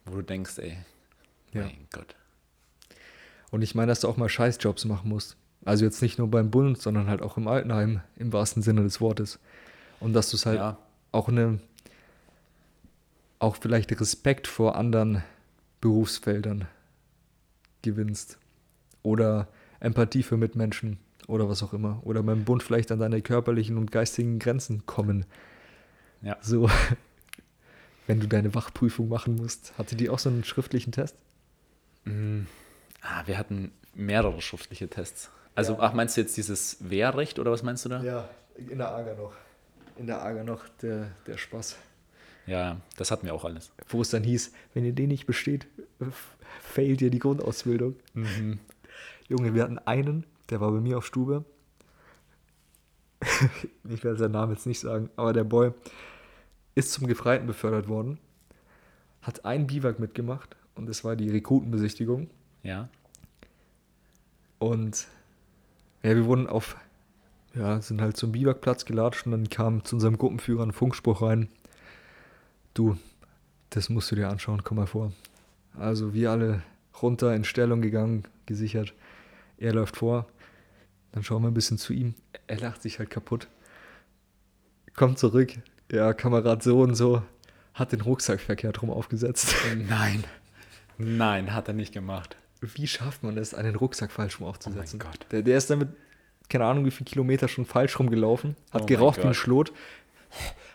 [SPEAKER 2] wo du denkst, ey,
[SPEAKER 1] Ja.
[SPEAKER 2] mein Gott.
[SPEAKER 1] und ich meine, dass du auch mal Scheißjobs machen musst. Also jetzt nicht nur beim Bund, sondern halt auch im Altenheim im wahrsten Sinne des Wortes. Und dass du es halt
[SPEAKER 2] Ja.
[SPEAKER 1] auch eine auch vielleicht Respekt vor anderen Berufsfeldern gewinnst. Oder Empathie für Mitmenschen oder was auch immer. Oder beim Bund vielleicht an deine körperlichen und geistigen Grenzen kommen.
[SPEAKER 2] Ja.
[SPEAKER 1] So, wenn du deine Wachprüfung machen musst. Hatte die auch so einen schriftlichen Test?
[SPEAKER 2] Ah, wir hatten mehrere schriftliche Tests. Also, ach, meinst du jetzt dieses Wehrrecht oder was meinst du da?
[SPEAKER 1] Ja, in der Ager noch. In der Ager noch, der, der Spaß.
[SPEAKER 2] ja, das hatten wir auch alles.
[SPEAKER 1] Wo es dann hieß, wenn ihr den nicht besteht, f- failt ihr die Grundausbildung. Mhm. Junge, wir hatten einen, der war bei mir auf Stube. ich werde seinen Namen jetzt nicht sagen, aber der Boy ist zum Gefreiten befördert worden, hat einen Biwak mitgemacht und es war die Rekrutenbesichtigung.
[SPEAKER 2] Ja.
[SPEAKER 1] Und ja, wir wurden auf, ja, sind halt zum Biwakplatz gelatscht und dann kam zu unserem Gruppenführer ein Funkspruch rein. Du, das musst du dir anschauen, komm mal vor. Also wir alle runter in Stellung gegangen, gesichert. Er läuft vor. Dann schauen wir ein bisschen zu ihm. Er lacht sich halt kaputt. Kommt zurück. Ja, Kamerad so und so hat den Rucksack verkehrt rum aufgesetzt.
[SPEAKER 2] Nein. Nein, hat er nicht gemacht.
[SPEAKER 1] wie schafft man es, einen Rucksack falsch rum aufzusetzen?
[SPEAKER 2] Oh mein Gott.
[SPEAKER 1] Der, der ist damit, keine Ahnung, wie viele Kilometer schon falsch rumgelaufen, hat
[SPEAKER 2] Oh mein
[SPEAKER 1] geraucht wie ein
[SPEAKER 2] Gott.
[SPEAKER 1] Schlot.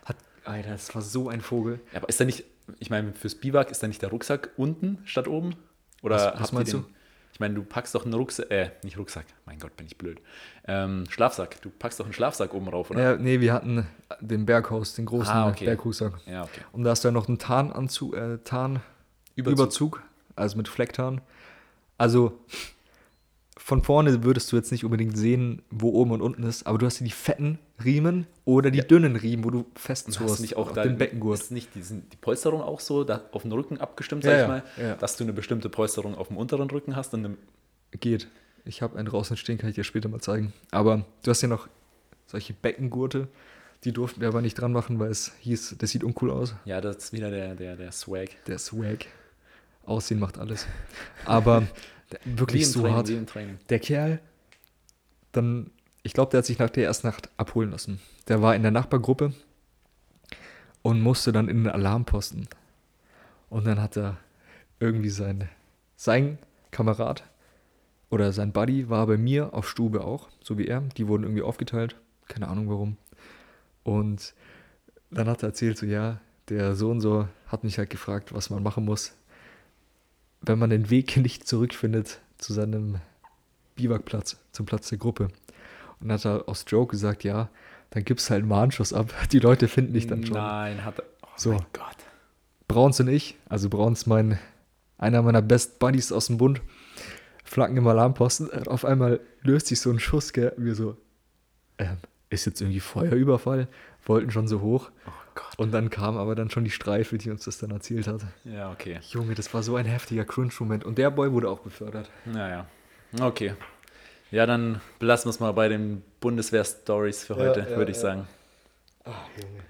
[SPEAKER 1] Hat, Alter, das war so ein Vogel.
[SPEAKER 2] Ja, aber ist da nicht, ich meine, fürs Biwak ist da nicht der Rucksack unten statt oben? Oder
[SPEAKER 1] Was- was
[SPEAKER 2] habt ihr
[SPEAKER 1] meinst
[SPEAKER 2] den,
[SPEAKER 1] du?
[SPEAKER 2] Ich meine, du packst doch einen Rucksack, äh, nicht Rucksack, mein Gott, bin ich blöd. Ähm, Schlafsack, du packst doch einen Schlafsack oben rauf, oder?
[SPEAKER 1] Ja, nee, wir hatten den Berghaus, den großen
[SPEAKER 2] Ah, okay.
[SPEAKER 1] Bergrucksack.
[SPEAKER 2] Ja, okay.
[SPEAKER 1] Und da ist dann noch ein Tarnanzug, äh, Tarn
[SPEAKER 2] Überzug.
[SPEAKER 1] Überzug, also mit Flecktarn. Also von vorne würdest du jetzt nicht unbedingt sehen, wo oben und unten ist, aber du hast hier die fetten Riemen oder die dünnen Riemen, wo du
[SPEAKER 2] Und
[SPEAKER 1] festzuhörst.
[SPEAKER 2] hast nicht auch
[SPEAKER 1] auf
[SPEAKER 2] da
[SPEAKER 1] den Beckengurt.
[SPEAKER 2] Ist nicht die, sind die Polsterung auch so da auf den Rücken abgestimmt, sag
[SPEAKER 1] Ja,
[SPEAKER 2] ich
[SPEAKER 1] ja,
[SPEAKER 2] mal,
[SPEAKER 1] ja.
[SPEAKER 2] dass du eine bestimmte Polsterung auf dem unteren Rücken hast und eine,
[SPEAKER 1] Geht. Ich habe einen draußen stehen, kann ich dir später mal zeigen. Aber du hast ja noch solche Beckengurte, die durften wir aber nicht dran machen, weil es hieß, das sieht uncool aus.
[SPEAKER 2] ja, das ist wieder der, der, der Swag.
[SPEAKER 1] Der Swag. Aussehen macht alles. Aber der-
[SPEAKER 2] Wie
[SPEAKER 1] wirklich
[SPEAKER 2] im
[SPEAKER 1] so
[SPEAKER 2] Training,
[SPEAKER 1] hart.
[SPEAKER 2] wie im Training.
[SPEAKER 1] Der Kerl, dann, ich glaube, der hat sich nach der ersten Nacht abholen lassen. Der war in der Nachbargruppe und musste dann in den Alarmposten. Und dann hat er irgendwie sein, sein Kamerad oder sein Buddy war bei mir auf Stube auch, so wie er. Die wurden irgendwie aufgeteilt, keine Ahnung warum. Und dann hat er erzählt, so ja, der so und so hat mich halt gefragt, was man machen muss, wenn man den Weg nicht zurückfindet zu seinem Biwakplatz, zum Platz der Gruppe. Und dann hat er aus Joke gesagt, ja, dann gibst halt einen Warnschuss ab. Die Leute finden dich dann schon.
[SPEAKER 2] Nein, hat er. Oh
[SPEAKER 1] So.
[SPEAKER 2] mein Gott.
[SPEAKER 1] Brauns und ich, also Brauns mein, einer meiner Best Buddies aus dem Bund, flanken im Alarmposten. äh, Auf einmal löst sich so ein Schuss, gell? Wir so, ähm, ist jetzt irgendwie Feuerüberfall? Wollten schon so hoch.
[SPEAKER 2] Oh Gott.
[SPEAKER 1] Und dann kam aber dann schon die Streife, die uns das dann erzählt hat.
[SPEAKER 2] Ja, okay.
[SPEAKER 1] Junge, das war so ein heftiger Cringe-Moment. Und der Boy wurde auch befördert.
[SPEAKER 2] Naja, okay. Ja, dann belassen wir es mal bei den Bundeswehr-Stories für
[SPEAKER 1] Ja,
[SPEAKER 2] heute,
[SPEAKER 1] ja,
[SPEAKER 2] würde ich
[SPEAKER 1] ja.
[SPEAKER 2] sagen.
[SPEAKER 1] Ach, Junge.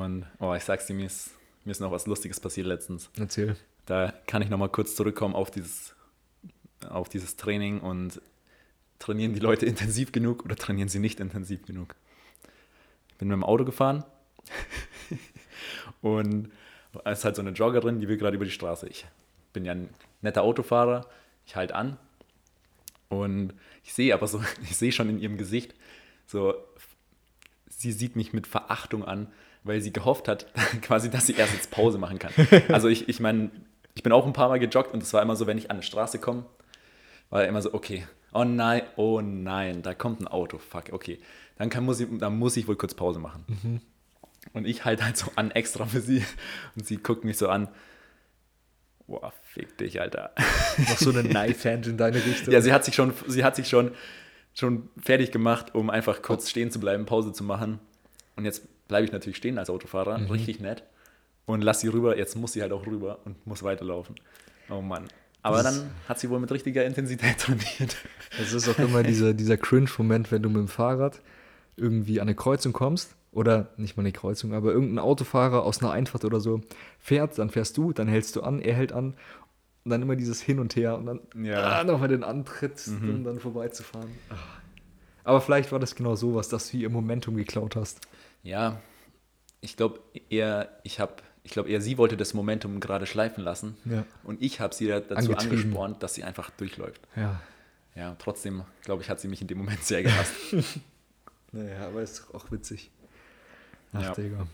[SPEAKER 2] Und oh, ich sag's dir, mir ist, mir ist noch was Lustiges passiert letztens.
[SPEAKER 1] Erzähl.
[SPEAKER 2] Da kann ich nochmal kurz zurückkommen auf dieses, auf dieses Training und trainieren die Leute intensiv genug oder trainieren sie nicht intensiv genug? Ich bin mit dem Auto gefahren und es ist halt so eine Joggerin, die will gerade über die Straße. Ich bin ja ein netter Autofahrer, ich halte an und ich sehe aber so, ich sehe schon in ihrem Gesicht so, sie sieht mich mit Verachtung an, weil sie gehofft hat, quasi, dass sie erst jetzt Pause machen kann. Also ich, ich meine, ich bin auch ein paar Mal gejoggt und es war immer so, wenn ich an eine Straße komme, war immer so, okay, oh nein, oh nein, da kommt ein Auto, fuck, okay. Dann, kann, muss, ich, dann muss ich wohl kurz Pause machen. Und ich halte halt so an extra für sie und sie guckt mich so an. Boah, fick dich, Alter.
[SPEAKER 1] Noch so eine Knife-Hand in deine Richtung.
[SPEAKER 2] Ja, sie hat sich schon, sie hat sich schon, schon fertig gemacht, um einfach kurz stehen zu bleiben, Pause zu machen. Und jetzt bleibe ich natürlich stehen als Autofahrer, richtig nett. Und lass sie rüber, jetzt muss sie halt auch rüber und muss weiterlaufen. Oh Mann. Aber
[SPEAKER 1] Das-
[SPEAKER 2] dann hat sie wohl mit richtiger Intensität trainiert.
[SPEAKER 1] Es ist auch immer dieser, dieser Cringe-Moment, wenn du mit dem Fahrrad irgendwie an eine Kreuzung kommst. Oder nicht mal eine Kreuzung, aber irgendein Autofahrer aus einer Einfahrt oder so fährt, dann fährst du, dann hältst du an, er hält an. Und dann immer dieses Hin und Her und dann
[SPEAKER 2] Ja.
[SPEAKER 1] ah, nochmal den Antritt, um dann vorbeizufahren. Ah. Aber vielleicht war das genau sowas, dass du ihr Momentum geklaut hast.
[SPEAKER 2] Ja, ich glaube eher, ich habe, ich glaube eher, sie wollte das Momentum gerade schleifen lassen.
[SPEAKER 1] Ja.
[SPEAKER 2] Und ich habe sie da- dazu
[SPEAKER 1] Angetrieben.
[SPEAKER 2] angespornt, dass sie einfach durchläuft.
[SPEAKER 1] Ja.
[SPEAKER 2] Ja, trotzdem, glaube ich, hat sie mich in dem Moment sehr gehasst.
[SPEAKER 1] Naja, aber ist doch auch witzig. Ach,
[SPEAKER 2] Ja.
[SPEAKER 1] Digga.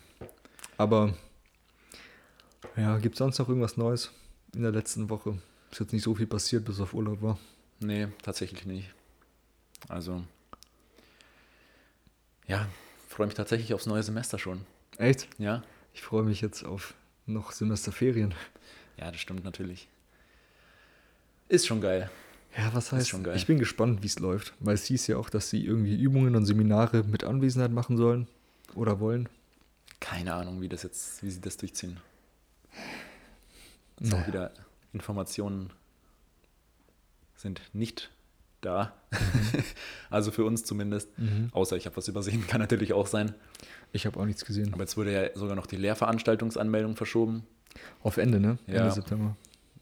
[SPEAKER 1] Aber ja, gibt sonst noch irgendwas Neues in der letzten Woche? Ist jetzt nicht so viel passiert, bis auf Urlaub war.
[SPEAKER 2] nee, tatsächlich nicht. Also, ja, freue mich tatsächlich aufs neue Semester schon.
[SPEAKER 1] Echt?
[SPEAKER 2] Ja,
[SPEAKER 1] Ich freue mich jetzt auf noch Semesterferien.
[SPEAKER 2] ja, das stimmt natürlich. Ist schon geil.
[SPEAKER 1] Ja, was heißt?
[SPEAKER 2] schon geil.
[SPEAKER 1] Ich bin gespannt, wie es läuft, weil es hieß ja auch, dass sie irgendwie Übungen und Seminare mit Anwesenheit machen sollen oder wollen.
[SPEAKER 2] Keine Ahnung, wie das jetzt, wie sie das durchziehen. Ist auch wieder Informationen sind nicht da. also für uns zumindest. Außer ich habe was übersehen, kann natürlich auch sein.
[SPEAKER 1] Ich habe auch nichts gesehen.
[SPEAKER 2] Aber jetzt wurde ja sogar noch die Lehrveranstaltungsanmeldung verschoben.
[SPEAKER 1] Auf Ende, ne?
[SPEAKER 2] Ja.
[SPEAKER 1] Ende September.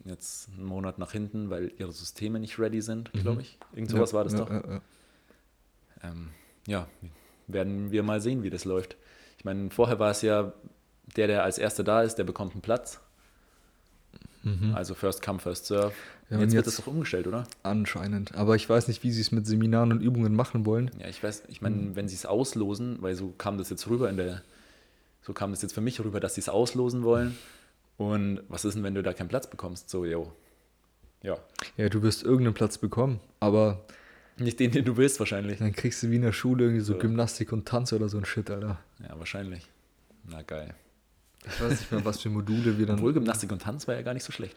[SPEAKER 2] Jetzt einen Monat nach hinten, weil ihre Systeme nicht ready sind, glaube ich. Irgend sowas
[SPEAKER 1] Mhm. Ja,
[SPEAKER 2] war das
[SPEAKER 1] ja,
[SPEAKER 2] doch.
[SPEAKER 1] Ja, ja.
[SPEAKER 2] Ähm, ja, werden wir mal sehen, wie das läuft. Ich meine, vorher war es ja, der, der als Erster da ist, der bekommt einen Platz. Also First Come, First Serve.
[SPEAKER 1] Mhm. Ja,
[SPEAKER 2] jetzt
[SPEAKER 1] und
[SPEAKER 2] wird
[SPEAKER 1] jetzt-
[SPEAKER 2] das doch umgestellt, oder?
[SPEAKER 1] Anscheinend. Aber ich weiß nicht, wie sie es mit Seminaren und Übungen machen wollen.
[SPEAKER 2] Ja, ich weiß, ich meine,
[SPEAKER 1] Mhm.
[SPEAKER 2] wenn sie es auslosen, weil so kam das jetzt rüber in der, so kam das jetzt für mich rüber, dass sie es auslosen wollen. Und was ist denn, wenn du da keinen Platz bekommst? So, yo. Ja.
[SPEAKER 1] Ja, du wirst irgendeinen Platz bekommen, aber
[SPEAKER 2] Nicht den, den du willst, wahrscheinlich.
[SPEAKER 1] dann kriegst du wie in der Schule irgendwie so Gymnastik und Tanz oder so ein Shit, Alter.
[SPEAKER 2] Ja, wahrscheinlich. Na geil.
[SPEAKER 1] Ich weiß nicht mehr, was für Module wir
[SPEAKER 2] Obwohl
[SPEAKER 1] dann.
[SPEAKER 2] Gymnastik und Tanz war ja gar nicht so schlecht.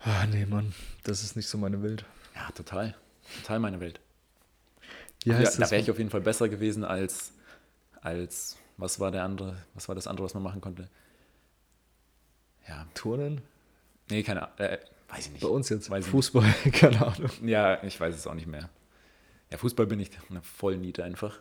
[SPEAKER 1] Ah, nee, Mann, das ist nicht so meine Welt.
[SPEAKER 2] Ja, total. Total meine Welt.
[SPEAKER 1] Wie
[SPEAKER 2] Ja,
[SPEAKER 1] heißt
[SPEAKER 2] da
[SPEAKER 1] das?
[SPEAKER 2] wäre ich auf jeden Fall besser gewesen als, als was war der andere, was war das andere, was man machen konnte? Ja,
[SPEAKER 1] Turnen?
[SPEAKER 2] nee, keine Ahnung, äh, weiß ich nicht.
[SPEAKER 1] Bei uns jetzt.
[SPEAKER 2] Weiß ich
[SPEAKER 1] Fußball, keine Ahnung.
[SPEAKER 2] Ja, ich weiß es auch nicht mehr. Ja, Fußball bin ich eine Vollniete einfach.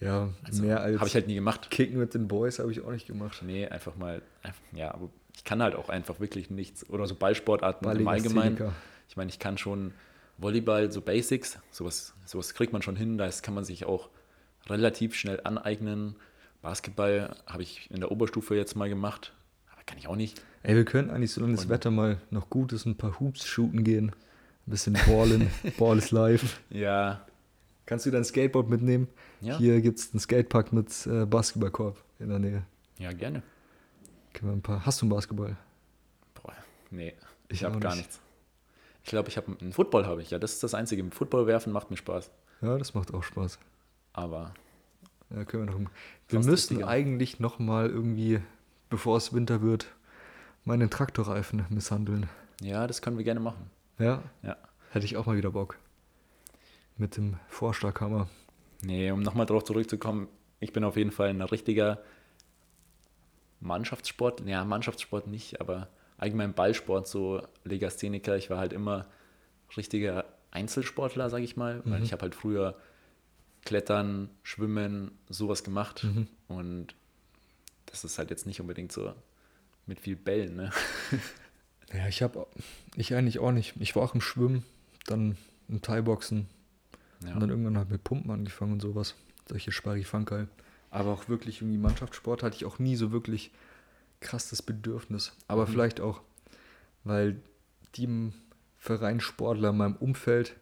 [SPEAKER 1] Ja, mehr als
[SPEAKER 2] Habe ich halt nie gemacht.
[SPEAKER 1] Kicken mit den Boys habe ich auch nicht gemacht.
[SPEAKER 2] Nee, einfach mal, einfach- ja, aber ich kann halt auch einfach wirklich nichts. Oder so Ballsportarten im
[SPEAKER 1] Balliger
[SPEAKER 2] Allgemeinen.
[SPEAKER 1] Szeniker.
[SPEAKER 2] Ich meine, ich kann schon Volleyball, so Basics, sowas, sowas kriegt man schon hin, das kann man sich auch relativ schnell aneignen. Basketball habe ich in der Oberstufe jetzt mal gemacht, aber kann ich auch nicht.
[SPEAKER 1] Ey, wir können eigentlich, solange das Wetter mal noch gut ist, ein paar Hoops shooten gehen. Ein bisschen ballen. Ball ist live.
[SPEAKER 2] Ja,
[SPEAKER 1] Kannst du dein Skateboard mitnehmen?
[SPEAKER 2] Ja.
[SPEAKER 1] Hier gibt es einen Skatepark mit äh, Basketballkorb in der Nähe.
[SPEAKER 2] ja, gerne.
[SPEAKER 1] Können wir ein paar. Hast du einen Basketball?
[SPEAKER 2] Boah, nee,
[SPEAKER 1] Ich
[SPEAKER 2] ich habe
[SPEAKER 1] auch
[SPEAKER 2] gar
[SPEAKER 1] nicht.
[SPEAKER 2] nichts. Ich glaube, ich habe einen Football habe ich, ja, das ist das Einzige. Football werfen macht mir Spaß,
[SPEAKER 1] Ja, das macht auch Spaß.
[SPEAKER 2] aber
[SPEAKER 1] Ja, können wir noch. Wir
[SPEAKER 2] Sonst
[SPEAKER 1] müssten
[SPEAKER 2] lustiger.
[SPEAKER 1] eigentlich nochmal irgendwie, bevor es Winter wird, meinen Traktorreifen misshandeln.
[SPEAKER 2] ja, das können wir gerne machen.
[SPEAKER 1] Ja,
[SPEAKER 2] Ja.
[SPEAKER 1] hätte ich auch mal wieder Bock. Mit dem Vorschlaghammer.
[SPEAKER 2] Nee, um nochmal drauf zurückzukommen, ich bin auf jeden Fall ein richtiger Mannschaftssport, ja, Mannschaftssport nicht, aber allgemein Ballsport, so Legastheniker. Ich war halt immer richtiger Einzelsportler, sag ich mal, weil ich habe halt früher Klettern, Schwimmen, sowas gemacht und das ist halt jetzt nicht unbedingt so mit viel Bällen, ne?
[SPEAKER 1] Ja, ich habe ich eigentlich auch nicht. Ich war auch im Schwimmen, dann im Thai-Boxen
[SPEAKER 2] Ja.
[SPEAKER 1] und dann irgendwann halt mit Pumpen angefangen und sowas. Solche Sparifankerl. Aber auch wirklich irgendwie Mannschaftssport hatte ich auch nie so wirklich krass das Bedürfnis. Aber vielleicht auch, weil die Vereinssportler in meinem Umfeld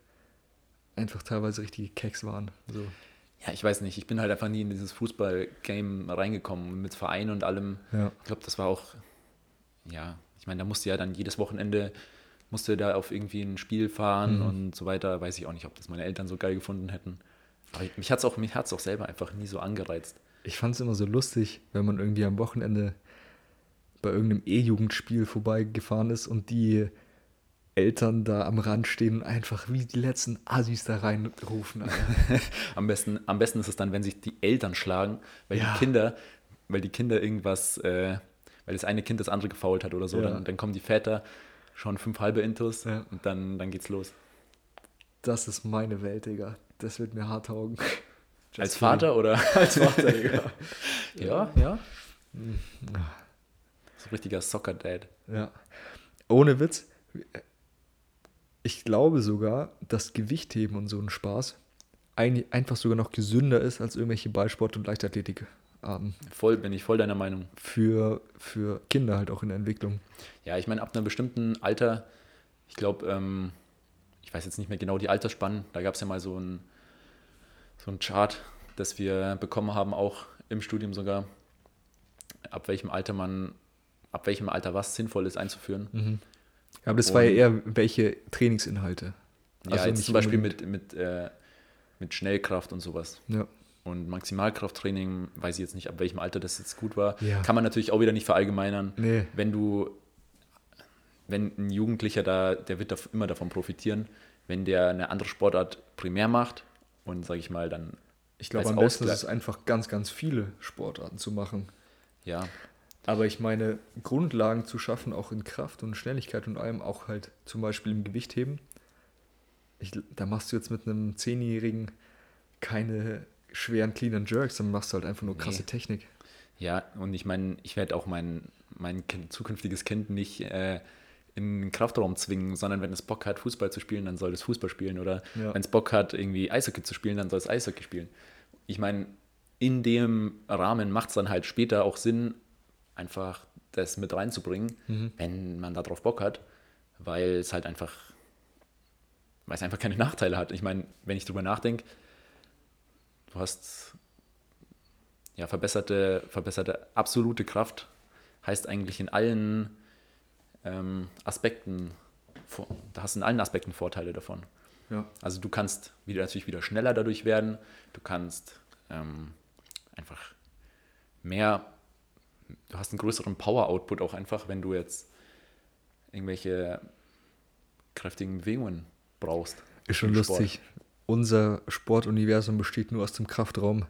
[SPEAKER 1] einfach teilweise richtige Keks waren. So.
[SPEAKER 2] ja, ich weiß nicht, ich bin halt einfach nie in dieses Fußball-Game reingekommen mit Verein und allem.
[SPEAKER 1] Ja.
[SPEAKER 2] Ich glaube, das war auch, ja, ich meine, da musste ja dann jedes Wochenende, musste da auf irgendwie ein Spiel fahren
[SPEAKER 1] Mhm.
[SPEAKER 2] und so weiter. Weiß ich auch nicht, ob das meine Eltern so geil gefunden hätten. Aber ich, mich hat es auch, mich hat's auch selber einfach nie so angereizt.
[SPEAKER 1] Ich fand es immer so lustig, wenn man irgendwie am Wochenende bei irgendeinem E-Jugendspiel vorbeigefahren ist und die Eltern da am Rand stehen und einfach wie die letzten Assis da reinrufen. Alter.
[SPEAKER 2] Am besten, am besten ist es dann, wenn sich die Eltern schlagen, weil
[SPEAKER 1] Ja.
[SPEAKER 2] die Kinder, weil die Kinder irgendwas, äh, weil das eine Kind das andere gefault hat oder so,
[SPEAKER 1] Ja.
[SPEAKER 2] dann, dann kommen die Väter schon fünf halbe Intus
[SPEAKER 1] Ja.
[SPEAKER 2] und dann, dann geht's los.
[SPEAKER 1] Das ist meine Welt, Digga. Das wird mir hart taugen.
[SPEAKER 2] als
[SPEAKER 1] kidding.
[SPEAKER 2] Vater oder als Vater, ja. ja, ja. So ein richtiger Soccer-Dad.
[SPEAKER 1] Ja. Ohne Witz. Ich glaube sogar, dass Gewichtheben und so ein Spaß eigentlich einfach sogar noch gesünder ist als irgendwelche Ballsport- und Leichtathletikarten.
[SPEAKER 2] Voll, bin ich voll deiner Meinung.
[SPEAKER 1] Für, für Kinder halt auch in der Entwicklung.
[SPEAKER 2] Ja, ich meine, ab einem bestimmten Alter, ich glaube, ähm, ich weiß jetzt nicht mehr genau die Altersspannen, da gab es ja mal so ein, so ein Chart, das wir bekommen haben, auch im Studium sogar, ab welchem Alter man, ab welchem Alter was sinnvoll ist einzuführen.
[SPEAKER 1] Aber das war ja
[SPEAKER 2] Und-
[SPEAKER 1] eher welche Trainingsinhalte. Also
[SPEAKER 2] Ja, jetzt
[SPEAKER 1] nicht
[SPEAKER 2] zum Beispiel
[SPEAKER 1] unbedingt-
[SPEAKER 2] mit, mit, äh, mit Schnellkraft und sowas.
[SPEAKER 1] Ja.
[SPEAKER 2] Und Maximalkrafttraining, weiß ich jetzt nicht, ab welchem Alter das jetzt gut war,
[SPEAKER 1] Ja.
[SPEAKER 2] kann man natürlich auch wieder nicht verallgemeinern.
[SPEAKER 1] Nee.
[SPEAKER 2] Wenn du, wenn ein Jugendlicher da, der wird da immer davon profitieren, wenn der eine andere Sportart primär macht und, sage ich mal, dann,
[SPEAKER 1] Ich glaube,
[SPEAKER 2] als
[SPEAKER 1] am besten ist
[SPEAKER 2] Ausgleich-
[SPEAKER 1] es einfach ganz, ganz viele Sportarten zu machen.
[SPEAKER 2] ja,
[SPEAKER 1] Aber ich meine, Grundlagen zu schaffen, auch in Kraft und Schnelligkeit und allem, auch halt zum Beispiel im Gewichtheben. Ich, gl- da machst du jetzt mit einem Zehnjährigen keine schweren Clean and Jerks, dann machst du halt einfach nur krasse
[SPEAKER 2] Nee.
[SPEAKER 1] Technik.
[SPEAKER 2] ja, und ich meine, ich werde auch mein, mein kind, zukünftiges Kind nicht äh, in den Kraftraum zwingen, sondern wenn es Bock hat, Fußball zu spielen, dann soll es Fußball spielen. Oder
[SPEAKER 1] Ja.
[SPEAKER 2] wenn es Bock hat, irgendwie Eishockey zu spielen, dann soll es Eishockey spielen. Ich meine, in dem Rahmen macht es dann halt später auch Sinn, einfach das mit reinzubringen, wenn man darauf Bock hat, weil es halt einfach, weil es einfach keine Nachteile hat. Ich meine, wenn ich drüber nachdenke, du hast ja verbesserte, verbesserte absolute Kraft, heißt eigentlich in allen ähm, Aspekten, vor- da hast du in allen Aspekten Vorteile davon.
[SPEAKER 1] Ja.
[SPEAKER 2] Also du kannst wieder natürlich wieder schneller dadurch werden. Du kannst ähm, einfach mehr, du hast einen größeren Power-Output auch einfach, wenn du jetzt irgendwelche kräftigen Bewegungen brauchst.
[SPEAKER 1] Ist schon
[SPEAKER 2] im
[SPEAKER 1] lustig. Unser Sportuniversum besteht nur aus dem Kraftraum.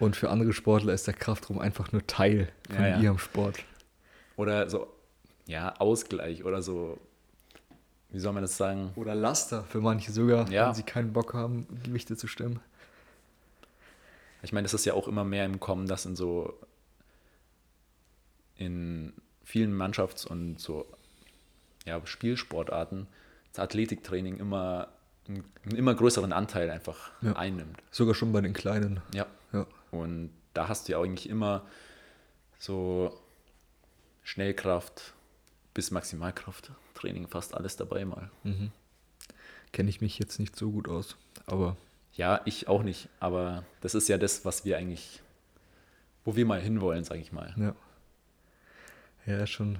[SPEAKER 1] Und für andere Sportler ist der Kraftraum einfach nur Teil von
[SPEAKER 2] Ja, ja.
[SPEAKER 1] ihrem Sport.
[SPEAKER 2] Sport. Oder so, ja, Ausgleich oder so, wie soll man das sagen?
[SPEAKER 1] Oder Laster für manche sogar,
[SPEAKER 2] Ja.
[SPEAKER 1] wenn sie keinen Bock haben, Gewichte zu stemmen.
[SPEAKER 2] Ich meine, es ist ja auch immer mehr im Kommen, dass in so in vielen Mannschafts- und so ja, Spielsportarten das Athletiktraining immer einen einen immer größeren Anteil einfach
[SPEAKER 1] Ja.
[SPEAKER 2] einnimmt.
[SPEAKER 1] Sogar schon bei den Kleinen.
[SPEAKER 2] Ja.
[SPEAKER 1] Ja.
[SPEAKER 2] Und da hast du ja eigentlich immer so Schnellkraft bis Maximalkrafttraining fast alles dabei mal.
[SPEAKER 1] Kenne ich mich jetzt nicht so gut aus. Aber
[SPEAKER 2] Ja, ich auch nicht, aber das ist ja das, was wir eigentlich, wo wir mal hinwollen, sage ich mal.
[SPEAKER 1] Ja. Ja, ist schon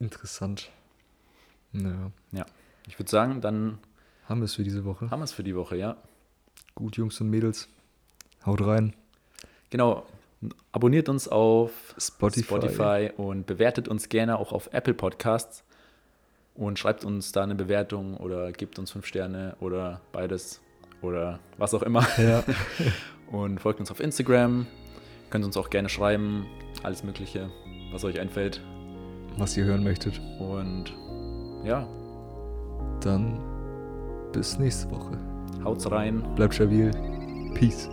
[SPEAKER 1] interessant. Naja.
[SPEAKER 2] Ja. Ich würde sagen, dann
[SPEAKER 1] Haben wir es für diese Woche.
[SPEAKER 2] haben wir es für die Woche, ja.
[SPEAKER 1] Gut, Jungs und Mädels. Haut rein.
[SPEAKER 2] Genau. Abonniert uns auf
[SPEAKER 1] Spotify.
[SPEAKER 2] Spotify und bewertet uns gerne auch auf Apple Podcasts und schreibt uns da eine Bewertung oder gebt uns fünf Sterne oder beides oder was auch immer.
[SPEAKER 1] Ja.
[SPEAKER 2] Und folgt uns auf Instagram. Könnt uns auch gerne schreiben. Alles Mögliche, was euch einfällt.
[SPEAKER 1] Was ihr hören möchtet.
[SPEAKER 2] Und ja,
[SPEAKER 1] Dann bis nächste Woche.
[SPEAKER 2] haut's rein.
[SPEAKER 1] Bleibt stabil. Peace.